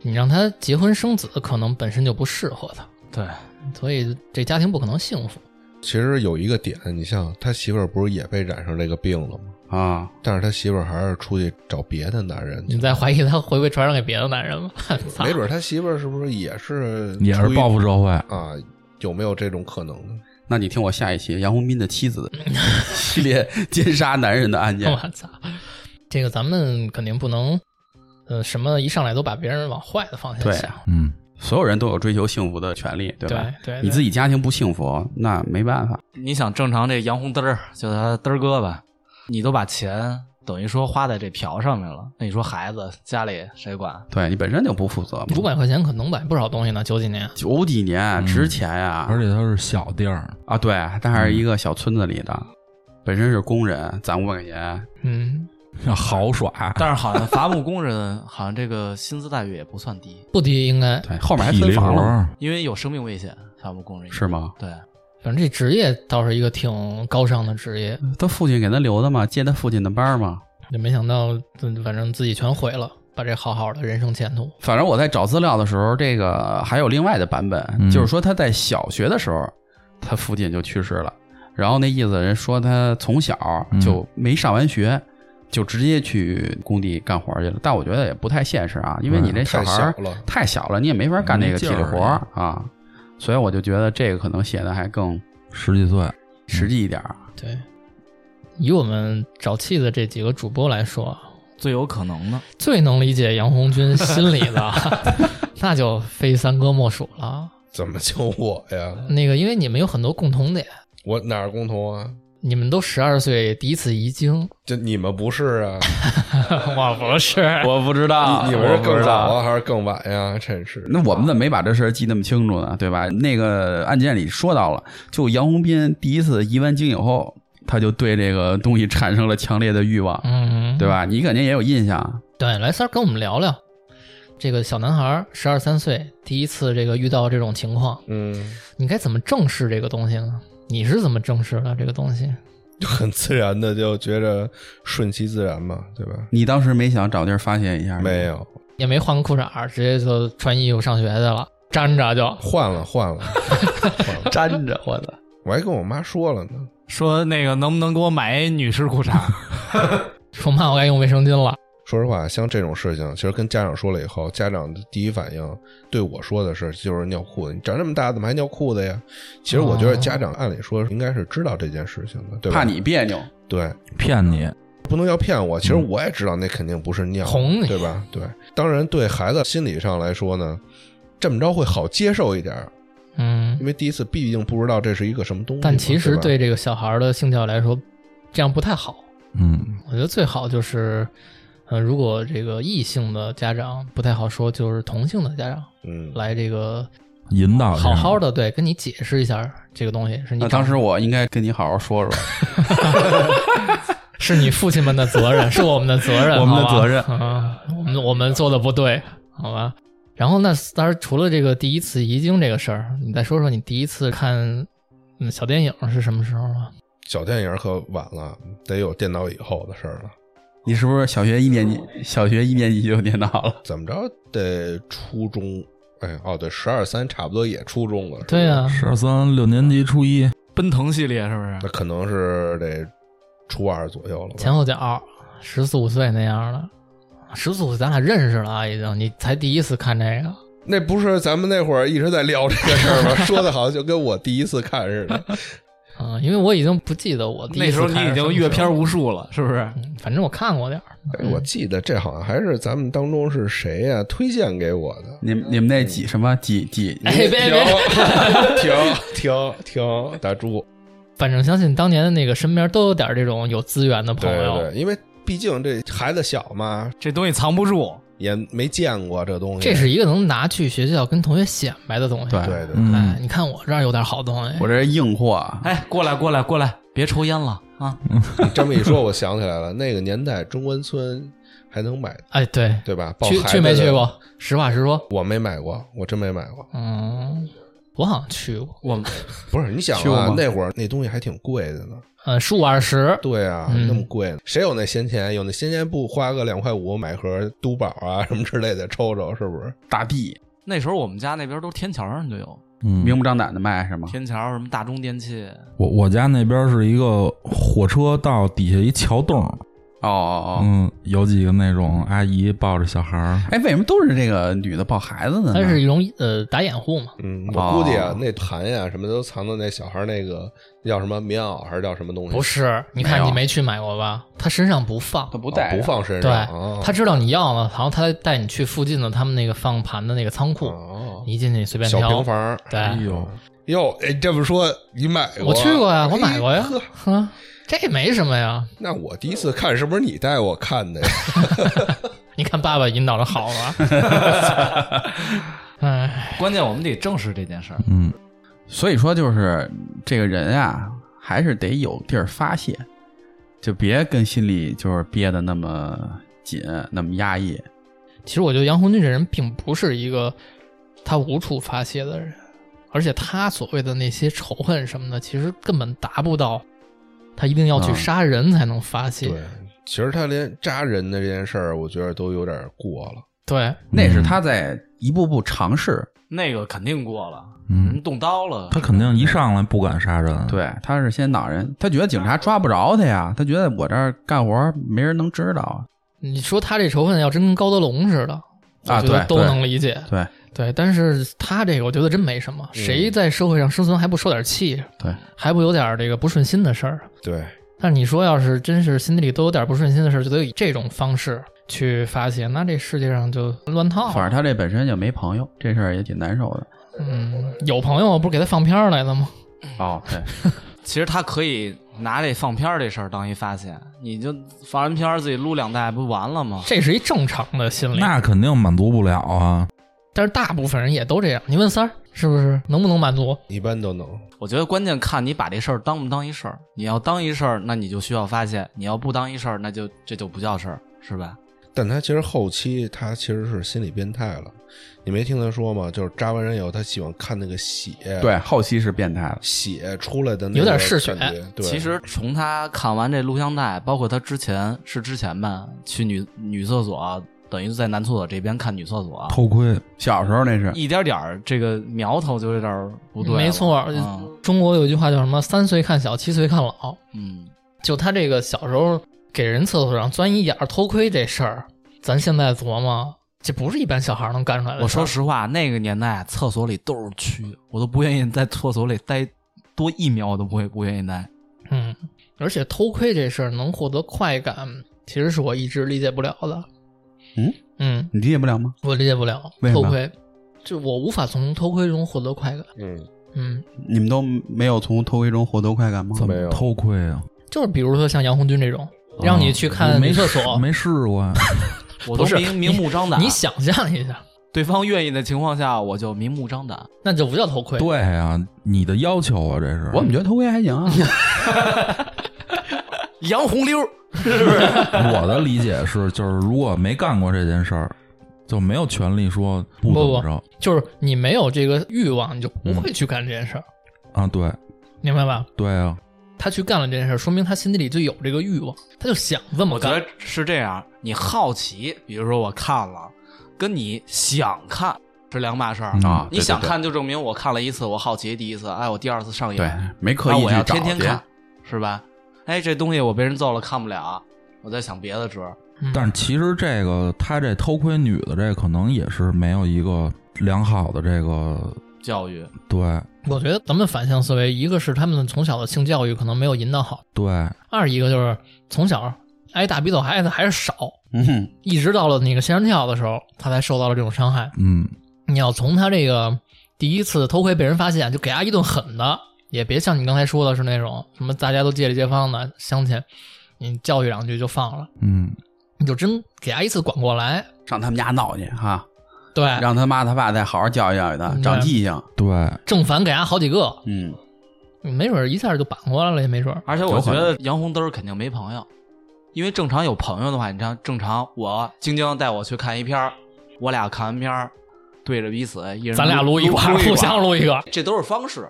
Speaker 1: 你让他结婚生子，可能本身就不适合他，
Speaker 6: 对，
Speaker 1: 所以这家庭不可能幸福。
Speaker 3: 其实有一个点，你像他媳妇儿不是也被染上这个病了吗？
Speaker 2: 啊，
Speaker 3: 但是他媳妇儿还是出去找别的男人去
Speaker 1: 你，在怀疑他会不会传染给别的男人吗？ *laughs*
Speaker 3: 没准儿他媳妇儿是不是也是
Speaker 5: 也是
Speaker 3: 出于
Speaker 5: 报复社会，
Speaker 3: 啊？有没有这种可能呢？
Speaker 2: 那你听我下一期杨红斌的妻子系列奸杀男人的
Speaker 1: *laughs*
Speaker 2: 案件，
Speaker 1: 我操，这个咱们肯定不能，呃，什么一上来都把别人往坏的方向
Speaker 2: 对
Speaker 1: 想。
Speaker 5: 嗯，
Speaker 2: 所有人都有追求幸福的权利，对
Speaker 1: 对
Speaker 2: 吧？
Speaker 1: 对，
Speaker 2: 你自
Speaker 1: 己
Speaker 2: 己家庭不幸福，那没办法。
Speaker 6: 你想正常这杨红嘚儿，就他嘚儿哥吧，你都把钱等于说花在这嫖上面了，那你说孩子家里谁管？
Speaker 2: 对你本身就不负责
Speaker 1: 五
Speaker 2: 嘛。
Speaker 1: 百块钱可能买不少东西呢，九几年。
Speaker 2: 九几年值钱呀、
Speaker 5: 而且他嗯是嗯小地儿，
Speaker 2: 啊，对，他还是一个小村子里的，本身是工人，攒五百块钱，
Speaker 1: 嗯，
Speaker 5: 豪爽，
Speaker 6: *laughs* 但是好像伐木工人好像这个薪资待遇也不算低，
Speaker 1: 不低应该，
Speaker 2: 对，后面还
Speaker 5: 体
Speaker 2: 分
Speaker 5: 力活
Speaker 2: 房了吗，
Speaker 5: 儿，
Speaker 6: 因为有生命危险，伐木工人
Speaker 2: 是？吗？
Speaker 6: 对，
Speaker 1: 反正这职业倒是一个挺高尚的职业，
Speaker 2: 他父亲给他留的嘛，接他父亲的班儿嘛。
Speaker 1: 也没想到，嗯反正自己全毁了，把这好好的人生前途。
Speaker 2: 反正我在找资料的时候，这个还有另外的版本，
Speaker 5: 嗯
Speaker 2: 就是说他在小学的时候，他父亲就去世了。然后那意思，人说他从小
Speaker 3: 嗯
Speaker 2: 就没上完学，就直接去工地干活去了。但我觉得也不太现实啊，因为你这小
Speaker 3: 嗯太
Speaker 2: 孩
Speaker 3: 小
Speaker 2: 儿
Speaker 3: 了，嗯
Speaker 2: 太小了，你也没法干那个体力活儿
Speaker 5: 没
Speaker 2: 啊。所以我就觉得这个可能写的还更
Speaker 5: 十几岁，
Speaker 2: 实际一点儿。
Speaker 1: 对，以我们找气的这几个主播来说，
Speaker 6: 最有可能的。
Speaker 1: 最能理解杨红军心理的，
Speaker 2: *laughs*
Speaker 1: 那就非三哥莫属了。
Speaker 3: 怎么就我呀？
Speaker 1: 那个，因为你们有很多共同点，
Speaker 3: 我哪儿共同啊？
Speaker 1: 你们都十二岁第一次遗精，
Speaker 3: 这你们不是啊？
Speaker 1: *laughs* 我不是，
Speaker 2: 哎我不知道
Speaker 3: 你你们是更早啊，还是更晚呀？真是。
Speaker 2: 那我们怎么没把这事儿记那么清楚呢？对吧？那个案件里说到了，就杨红斌第一次遗完精以后，他就对这个东西产生了强烈的欲望，
Speaker 1: 嗯，
Speaker 2: 对吧？你肯定也有印象，
Speaker 1: 对，来三儿跟我们聊聊这个小男孩十二三岁第一次这个遇到这种情况，
Speaker 3: 嗯，
Speaker 1: 你该怎么正视这个东西呢？你是怎么正视的这个东西？
Speaker 3: 就很自然的就觉着顺其自然嘛，对吧？
Speaker 2: 你当时没想找地儿发泄一下吗
Speaker 3: 没？有，
Speaker 1: 也没换个裤衩儿，直接就穿衣服上学去了，粘着就。
Speaker 3: 换了换了，换了，
Speaker 2: 粘着我的，
Speaker 3: 我还跟我妈说了呢，
Speaker 6: 说那个能不能给我买一女士裤 *laughs* 衩？
Speaker 1: 说妈，我该用卫生巾了。
Speaker 3: 说实话，像这种事情，其实跟家长说了以后，家长的第一反应对我说的是，就是尿裤子。你长这么大怎么还尿裤子呀？其实我觉
Speaker 1: 哦
Speaker 3: 得家长按理说应该是知道这件事情的，对吧？
Speaker 2: 怕你别扭，
Speaker 3: 对，
Speaker 5: 骗你，
Speaker 3: 不能要骗我。
Speaker 2: 嗯
Speaker 3: 其实我也知道那肯定不是尿，
Speaker 1: 哄你
Speaker 3: 对吧？对，当然对孩子心理上来说呢，这么着会好接受一点，
Speaker 1: 嗯
Speaker 3: 因，为第一次毕竟不知道这是一个什么东西嘛。
Speaker 1: 但其实对
Speaker 3: 对吧
Speaker 1: 这个小孩儿的性教育来说，这样不太好。
Speaker 5: 嗯，
Speaker 1: 我觉得最好就是，呃，如果这个异性的家长不太好说，就是同性的家长
Speaker 3: 嗯，
Speaker 1: 来这个
Speaker 5: 引导
Speaker 1: 好好
Speaker 5: 的，
Speaker 1: 的对跟你解释一下这个东西是你
Speaker 2: 那当时我应该跟你好好
Speaker 3: *laughs*
Speaker 2: 说说，
Speaker 1: 是你父亲们的责任，是我们的责
Speaker 6: *laughs*
Speaker 1: 任，
Speaker 4: 我们的
Speaker 1: 好吧
Speaker 4: 责任
Speaker 1: 嗯，我们我们做的不对，好吧。然后那当然除了这个第一次遗精这个事儿，你再说说你第一次看嗯小电影是什么时候啊？
Speaker 3: 小电影可晚了，得有电脑以后的事儿了。
Speaker 2: 你是不是小学一年级？小学一年级就有电脑了？
Speaker 3: 怎么着得初中，哎哦对，十二三差不多也初中了。是吧
Speaker 1: 对啊呀、
Speaker 5: 十二三六年级初
Speaker 2: 哎
Speaker 5: 一，
Speaker 6: 奔腾系列是不是？
Speaker 3: 那可能是得初二左右了吧。
Speaker 1: 前后脚十四五岁那样的，十四五岁咱俩认识了啊，已经，你才第一次看这个，
Speaker 3: 那不是咱们那会儿一直在聊这个事儿吗？说的好像就跟我第一次看似的。
Speaker 1: 嗯，因为我已经不记得我第一
Speaker 6: 那
Speaker 1: 次
Speaker 6: 时候
Speaker 1: 看
Speaker 6: 你已
Speaker 1: 是什
Speaker 6: 经
Speaker 1: 么
Speaker 6: 阅
Speaker 1: 时
Speaker 6: 片
Speaker 1: 候，
Speaker 6: 无数了，是不是？
Speaker 1: 嗯反正我看过点儿，
Speaker 3: 哎，我记得这好像还是咱们当中是谁呀、推荐给我的。
Speaker 2: 你们你们那几什么几几？
Speaker 1: 哎别别别，
Speaker 3: 停停停停，打住！
Speaker 1: 反正相信当年的那个身边都有点儿这种有资源的朋
Speaker 3: 对
Speaker 1: 友，
Speaker 3: 对，因为毕竟这孩子小嘛，
Speaker 6: 这东西藏不住，
Speaker 3: 也没见过这东西。
Speaker 1: 这是一个能拿去学校跟同学显摆的东西。
Speaker 2: 对
Speaker 3: 对对，
Speaker 1: 哎
Speaker 5: 嗯，
Speaker 1: 你看我这儿有点好东西，
Speaker 2: 我这是硬货啊，
Speaker 6: 哎，过来过来过来，别抽烟了啊！
Speaker 3: 你 *laughs* 这么一说，我想起来了，那个年代中关村还能买，
Speaker 1: 哎，对，
Speaker 3: 对吧？抱
Speaker 1: 去
Speaker 3: 孩子
Speaker 1: 去没去
Speaker 3: 的？
Speaker 1: 过？实话实说，
Speaker 3: 我没买过，我真没买过。
Speaker 1: 嗯，我好像去过，
Speaker 6: 我们
Speaker 3: 不是，你想
Speaker 2: 去过
Speaker 3: 啊
Speaker 2: 吗，
Speaker 3: 那会儿那东西还挺贵的呢。
Speaker 1: 呃，数二十，
Speaker 3: 对啊，
Speaker 1: 嗯
Speaker 3: 那么贵呢，谁有那闲钱？有那闲钱不花个两块五买盒都宝啊什么之类的抽抽，是不是？
Speaker 2: 大地
Speaker 6: 那时候我们家那边都天桥上就有，
Speaker 5: 嗯
Speaker 2: 明目张胆的卖是吗？
Speaker 6: 天桥什么大中电器，
Speaker 5: 我我家那边是一个火车道底下一桥洞，
Speaker 2: 哦哦哦，
Speaker 5: 嗯，有几个那种阿姨抱着小孩儿，
Speaker 2: 哎，为什么都是这个女的抱孩子的呢？
Speaker 1: 它是一种呃打掩护嘛。
Speaker 3: 嗯，
Speaker 2: 哦
Speaker 3: 我估计啊，那盘呀、什么都藏到那小孩那个叫什么棉袄还是叫什么东西？啊
Speaker 1: 不是，你
Speaker 2: 没
Speaker 1: 看
Speaker 2: 有
Speaker 1: 你没去买过吧？他身上不放
Speaker 2: 她，不
Speaker 3: 哦，
Speaker 2: 带着、
Speaker 3: 不放身
Speaker 1: 对
Speaker 3: 上。哦、
Speaker 1: 他知道你要了，然后他带你去附近的他们那个放盘的那个仓库，
Speaker 3: 哦
Speaker 1: 你，一进去随便
Speaker 3: 小
Speaker 1: 挑
Speaker 3: 平。房。
Speaker 5: 哎
Speaker 1: 对，
Speaker 5: 呦，
Speaker 3: 哟，哎，这么说你买过？
Speaker 1: 我去过呀，我买过
Speaker 3: *laughs*
Speaker 1: 呀
Speaker 3: 哎呵，
Speaker 1: 哼，这没什么呀。
Speaker 3: 那我第一次看是不是你带我看的呀？
Speaker 1: 你看爸爸引导的好啊， *laughs* 哎，
Speaker 6: 关键我们得正视这件事儿。
Speaker 5: 嗯，
Speaker 2: 所以说就是这个人啊，还是得有地儿发泄，就别跟心里就是憋得那么紧，那么压抑。
Speaker 1: 其实我觉得杨红军这人并不是一个他无处发泄的人，而且他所谓的那些仇恨什么的，其实根本达不到他一定要去
Speaker 2: 嗯
Speaker 1: 杀人才能发泄。
Speaker 3: 对， *laughs* 其实他连扎人的这件事儿，我觉得都有点过了。
Speaker 1: 对，
Speaker 2: 那是他在一步步尝试，
Speaker 6: 那个肯定过了，
Speaker 5: 嗯
Speaker 6: 人，动刀了，
Speaker 5: 他肯定一上来不敢杀人，，
Speaker 2: 嗯对，他是先恼人，他觉得警察抓不着他呀，他觉得我这儿干活没人能知道，
Speaker 1: 你说他这仇恨要真跟高德龙似的，
Speaker 2: 啊
Speaker 1: 我觉得
Speaker 2: 对
Speaker 1: 都
Speaker 2: 对
Speaker 1: 能理解。
Speaker 2: 对
Speaker 1: 对，但是他这个我觉得真没什么，谁在社会上生存还不受点气，
Speaker 2: 嗯对，
Speaker 1: 还不有点这个不顺心的事儿？
Speaker 3: 对，
Speaker 1: 但是你说，要是真是心底里都有点不顺心的事，就得以这种方式去发泄，那这世界上就乱
Speaker 6: 哦
Speaker 1: 套
Speaker 2: 反
Speaker 1: 了。
Speaker 2: 正他这本身就没朋友，这事儿也挺难受的。
Speaker 1: 嗯，有朋友不是给他放片儿来的吗？
Speaker 6: 哎
Speaker 2: 哦，对，
Speaker 6: 其实他可以拿这放片儿这事儿当一发泄，你就放完片儿自己撸两袋不完了吗？
Speaker 1: 这是一正常的心理，
Speaker 5: 那肯定满足不了啊，
Speaker 1: 但是大部分人也都这样。你问三儿，是不是？能不能满足？
Speaker 3: 一般都能。
Speaker 6: 我觉得关键看你把这事儿当不当一事儿。你要当一事儿，那你就需要发泄；你要不当一事儿，那就这就不叫事儿，是吧？
Speaker 3: 但他其实后期他其实是心理变态了，你没听他说吗？就是扎完人以后，他喜欢看那个血，
Speaker 2: 对，后期是变态了。
Speaker 3: 血出来的那个
Speaker 1: 有点嗜血
Speaker 3: 感觉对，
Speaker 6: 其实从他看完这录像带，包括他之前是之前吧，去女女厕所，等于是在男厕所这边看女厕所，
Speaker 5: 偷窥，
Speaker 2: 小时候那是，
Speaker 6: 一点点儿这个苗头就有点儿不对了。
Speaker 1: 没错呃
Speaker 6: 嗯
Speaker 1: 中国有句话叫什么“三岁看小，七岁看老
Speaker 6: 嗯，”。
Speaker 1: 就他这个小时候给人厕所上钻一眼儿偷窥这事儿，咱现在琢磨，这不是一般小孩儿能干出来的事儿。
Speaker 6: 我说实话，那个年代厕所里都是蛆，我都不愿意在厕所里待多一秒，我都不会不愿意待。
Speaker 1: 嗯，而且偷窥这事儿能获得快感，其实是我一直理解不了的。
Speaker 2: 嗯
Speaker 1: 嗯，
Speaker 2: 你理解不了吗？
Speaker 1: 我理解不了
Speaker 2: 为什
Speaker 1: 偷
Speaker 2: 么
Speaker 1: 窥，就我无法从偷窥中获得快感。
Speaker 3: 嗯，
Speaker 1: 嗯，
Speaker 2: 你们都没有从偷窥中获得快感吗？
Speaker 5: 怎
Speaker 3: 没有
Speaker 5: 么偷窥啊？
Speaker 1: 就是比如说像杨红军这种，让你去看
Speaker 5: 哦没
Speaker 1: 女厕所，
Speaker 5: 没试过呀。
Speaker 6: 我都
Speaker 1: 不是
Speaker 6: 明明目张胆，啊
Speaker 1: 你想象一下，
Speaker 6: 对方愿意的情况下，我就明目张胆。
Speaker 1: 那就不叫偷窥。
Speaker 5: 对呀，你的要求啊，这是
Speaker 2: 我怎么觉得偷窥还行啊？
Speaker 6: 杨红溜儿，
Speaker 5: 我的理解是，就是如果没干过这件事儿，就没有权利说不怎么着
Speaker 1: 就是你没有这个欲望，你就
Speaker 5: 嗯
Speaker 1: 不会去干这件事儿，
Speaker 5: 啊。对
Speaker 1: 明白吧？
Speaker 5: 对啊，
Speaker 1: 他去干了这件事儿，说明他心底里就有这个欲望，他就想这么
Speaker 6: 我觉
Speaker 1: 干。
Speaker 6: 得是这样。你好奇，比如说我看了，跟你想看是两码事儿。
Speaker 2: 啊，
Speaker 6: 你想看就证明我看了一次，我好奇第一次，哎，我第二次上瘾，
Speaker 2: 对，没刻
Speaker 6: 那
Speaker 2: 意去
Speaker 6: 我要
Speaker 2: 找
Speaker 6: 天天
Speaker 2: 去
Speaker 6: 看，是吧？哎，这东西我被人揍了看不了，我在想别的辙。
Speaker 1: 嗯
Speaker 5: 但是其实这个他这偷窥女的这可能也是没有一个良好的这个
Speaker 6: 教育
Speaker 5: 对
Speaker 1: 我觉得咱们反向思维，一个是他们从小的性教育可能没有引导好，
Speaker 5: 对
Speaker 1: 二一个就是从小挨打比走孩子还是少，
Speaker 2: 嗯哼，
Speaker 1: 一直到了那个仙人跳的时候，他才受到了这种伤害。
Speaker 5: 嗯
Speaker 1: 你要从他这个第一次偷窥被人发现，就给他一顿狠的，也别像你刚才说的是那种什么大家都街里街坊的乡亲，你教育两句就放了，
Speaker 5: 嗯，
Speaker 1: 你就真给他一次管过来。
Speaker 2: 上他们家闹去哈，
Speaker 1: 对，
Speaker 2: 让他妈他爸再好好教育教育他，
Speaker 1: 嗯
Speaker 2: 长记性。
Speaker 5: 对，
Speaker 1: 正反给他好几个，
Speaker 2: 嗯，
Speaker 1: 没准儿一下就扳过来了，也没准儿。
Speaker 6: 而且我
Speaker 2: 有
Speaker 6: 觉
Speaker 2: 可能
Speaker 6: 得杨红灯儿肯定没朋友，因为正常有朋友的话，你像正常我晶晶带我去看一片儿，我俩看完片儿，对着彼此，一人
Speaker 1: 咱俩撸一
Speaker 6: 管
Speaker 1: 管，
Speaker 6: *laughs* 儿，
Speaker 1: 互相撸一个。
Speaker 6: 这都是方式。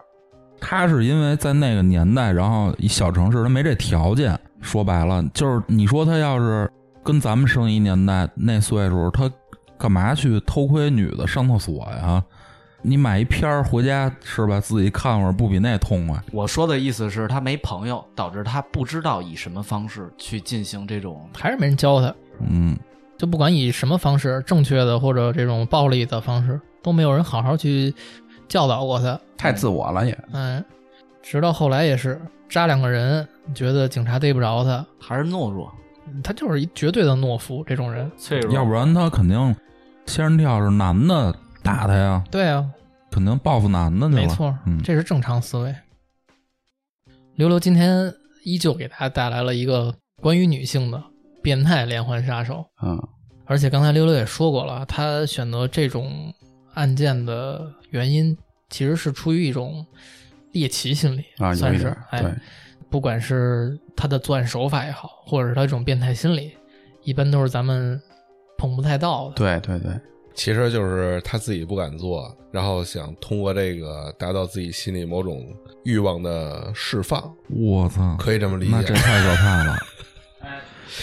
Speaker 5: 他是因为在那个年代，然后一小城市他没这条件，说白了就是你说他要是跟咱们生一年代那岁数，他干嘛去偷窥女的上厕所呀？你买一片儿回家是吧？自己看会儿不比那痛快？
Speaker 6: 我说的意思是，他没朋友，导致他不知道以什么方式去进行这种。
Speaker 1: 还是没人教他，
Speaker 5: 嗯，
Speaker 1: 就不管以什么方式，正确的或者这种暴力的方式，都没有人好好去教导过他。
Speaker 2: 太自我了也。
Speaker 1: 嗯，直到后来也是扎两个人，觉得警察逮不着他，
Speaker 6: 还是懦弱、
Speaker 1: 他就是一绝对的懦夫这种人。
Speaker 6: 脆弱，
Speaker 5: 要不然他肯定仙人跳是男的打他呀，
Speaker 1: 对啊，
Speaker 5: 肯定报复男的去了。
Speaker 1: 没错，
Speaker 5: 嗯，
Speaker 1: 这是正常思维。刘刘今天依旧给大家带来了一个关于女性的变态连环杀手，
Speaker 2: 嗯，
Speaker 1: 而且刚才溜溜也说过了，他选择这种案件的原因其实是出于一种猎奇心理，
Speaker 2: 啊，有
Speaker 1: 算
Speaker 2: 一
Speaker 1: 是
Speaker 2: 点
Speaker 1: 哎
Speaker 2: 对，，
Speaker 1: 不管是他的作案手法也好，或者是他这种变态心理，一般都是咱们碰不太到的。
Speaker 2: 对对对，
Speaker 3: 其实就是他自己不敢做，然后想通过这个达到自己心里某种欲望的释放，
Speaker 5: 我操，
Speaker 3: 可以啊这么理
Speaker 5: 那
Speaker 3: 解
Speaker 5: 这。太可
Speaker 3: *laughs*
Speaker 5: 怕了。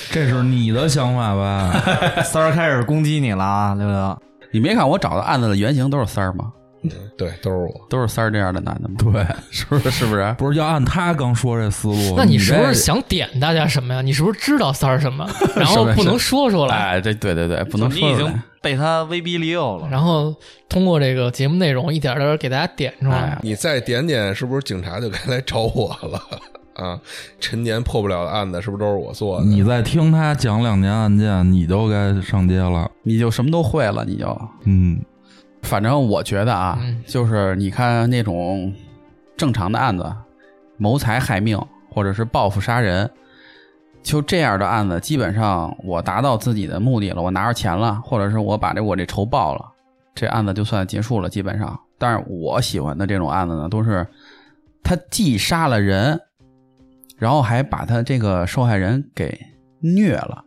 Speaker 5: 这是你的想法吧？
Speaker 6: 三儿开始攻击你了啊，六六。
Speaker 2: 你没看我找的案子的原型都是三儿吗？
Speaker 3: 嗯对，都是我。
Speaker 2: 都是三儿这样的男的吗？对， *laughs* 是不是？是不是？
Speaker 5: 不是要按他刚说这思路，
Speaker 1: 那你是不
Speaker 5: 这
Speaker 1: 是想点大家什么呀？你是不是知道三儿什
Speaker 2: *laughs*
Speaker 1: 么，然后不能说出来，
Speaker 2: 哎，对对对对，不能
Speaker 6: 你
Speaker 2: 说
Speaker 6: 已
Speaker 2: 出
Speaker 6: 经
Speaker 2: 来。
Speaker 6: 被他威逼利诱了，
Speaker 1: 然后通过这个节目内容一点儿点儿给大家点出来
Speaker 2: 哎？
Speaker 3: 你再点点，是不是警察就该来找我了？ *laughs* 啊，陈年破不了的案子，是不是都是我做的？
Speaker 5: 你再听他讲两年案件，你就该上街了。
Speaker 2: 你就什么都会了，你就
Speaker 5: 嗯，
Speaker 2: 反正我觉得啊，
Speaker 1: 嗯
Speaker 2: 就是你看那种正常的案子，谋财害命或者是报复杀人，就这样的案子，基本上我达到自己的目的了，我拿着钱了，或者是我把这我这仇报了，这案子就算结束了，基本上。但是我喜欢的这种案子呢，都是他既杀了人，然后还把他这个受害人给虐了，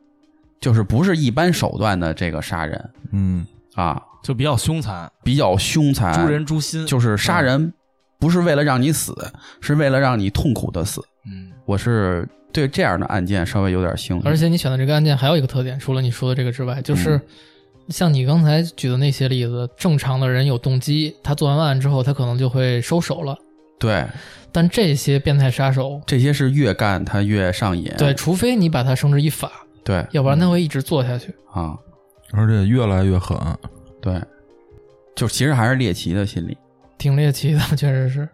Speaker 2: 就是不是一般手段的这个杀人
Speaker 5: 嗯
Speaker 2: 啊，
Speaker 6: *laughs* 就比较凶残，
Speaker 2: 比较凶残，
Speaker 6: 诛人诛
Speaker 1: 嗯
Speaker 6: 心。
Speaker 2: 就是杀人不是为了让你死，是为了让你痛苦的死。
Speaker 6: 嗯，
Speaker 2: 我是对这样的案件稍微有点兴趣，
Speaker 1: 而且你选的这个案件还有一个特点，除了你说的这个之外，就是
Speaker 2: 嗯
Speaker 1: 像你刚才举的那些例子，正常的人有动机，他做完案之后，他可能就会收手了。
Speaker 2: 对
Speaker 1: 但这些变态杀手，
Speaker 2: 这些是越干他越上瘾。
Speaker 1: 对，除非你把他绳之以法，
Speaker 2: 对
Speaker 1: 要不然他会一直做下去。
Speaker 2: 啊，
Speaker 5: 而且越来越狠。
Speaker 2: 对，就其实还是猎奇的心理。
Speaker 1: 挺猎奇的， *laughs* 确实是。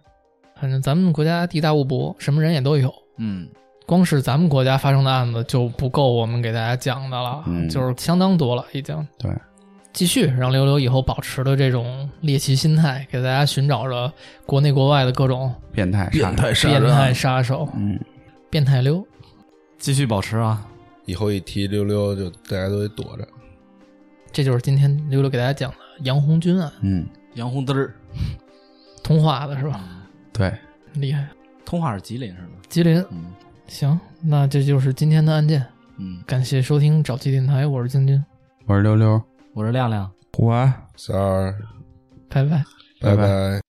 Speaker 1: 反正咱们国家地大物博，什么人也都有。
Speaker 6: 嗯，
Speaker 1: 光是咱们国家发生的案子就不够我们给大家讲的了，
Speaker 2: 嗯
Speaker 1: 就是相当多了已经。
Speaker 2: 对，
Speaker 1: 继续让溜溜以后保持着这种猎奇心态，给大家寻找着国内国外的各种
Speaker 2: 变态杀人，啊
Speaker 1: 变态杀手、
Speaker 2: 嗯，
Speaker 1: 变态溜。
Speaker 6: 继续保持啊。
Speaker 3: 以后一提溜溜，就大家都得躲着。
Speaker 1: 这就是今天溜溜给大家讲的杨红军案，
Speaker 2: 嗯，
Speaker 6: 杨红嘚儿，
Speaker 1: 通化的是吧？
Speaker 2: 对，
Speaker 1: 厉害，
Speaker 6: 通化是吉林是吗？
Speaker 1: 吉林。
Speaker 6: 嗯
Speaker 1: 行，那这就是今天的案件。
Speaker 6: 嗯，
Speaker 1: 感谢收听找鸡电台，我是晶晶，
Speaker 2: 我是溜溜，
Speaker 6: 我是亮亮。
Speaker 5: 胡安。
Speaker 3: 三儿，
Speaker 1: 拜拜。
Speaker 2: 拜
Speaker 3: 拜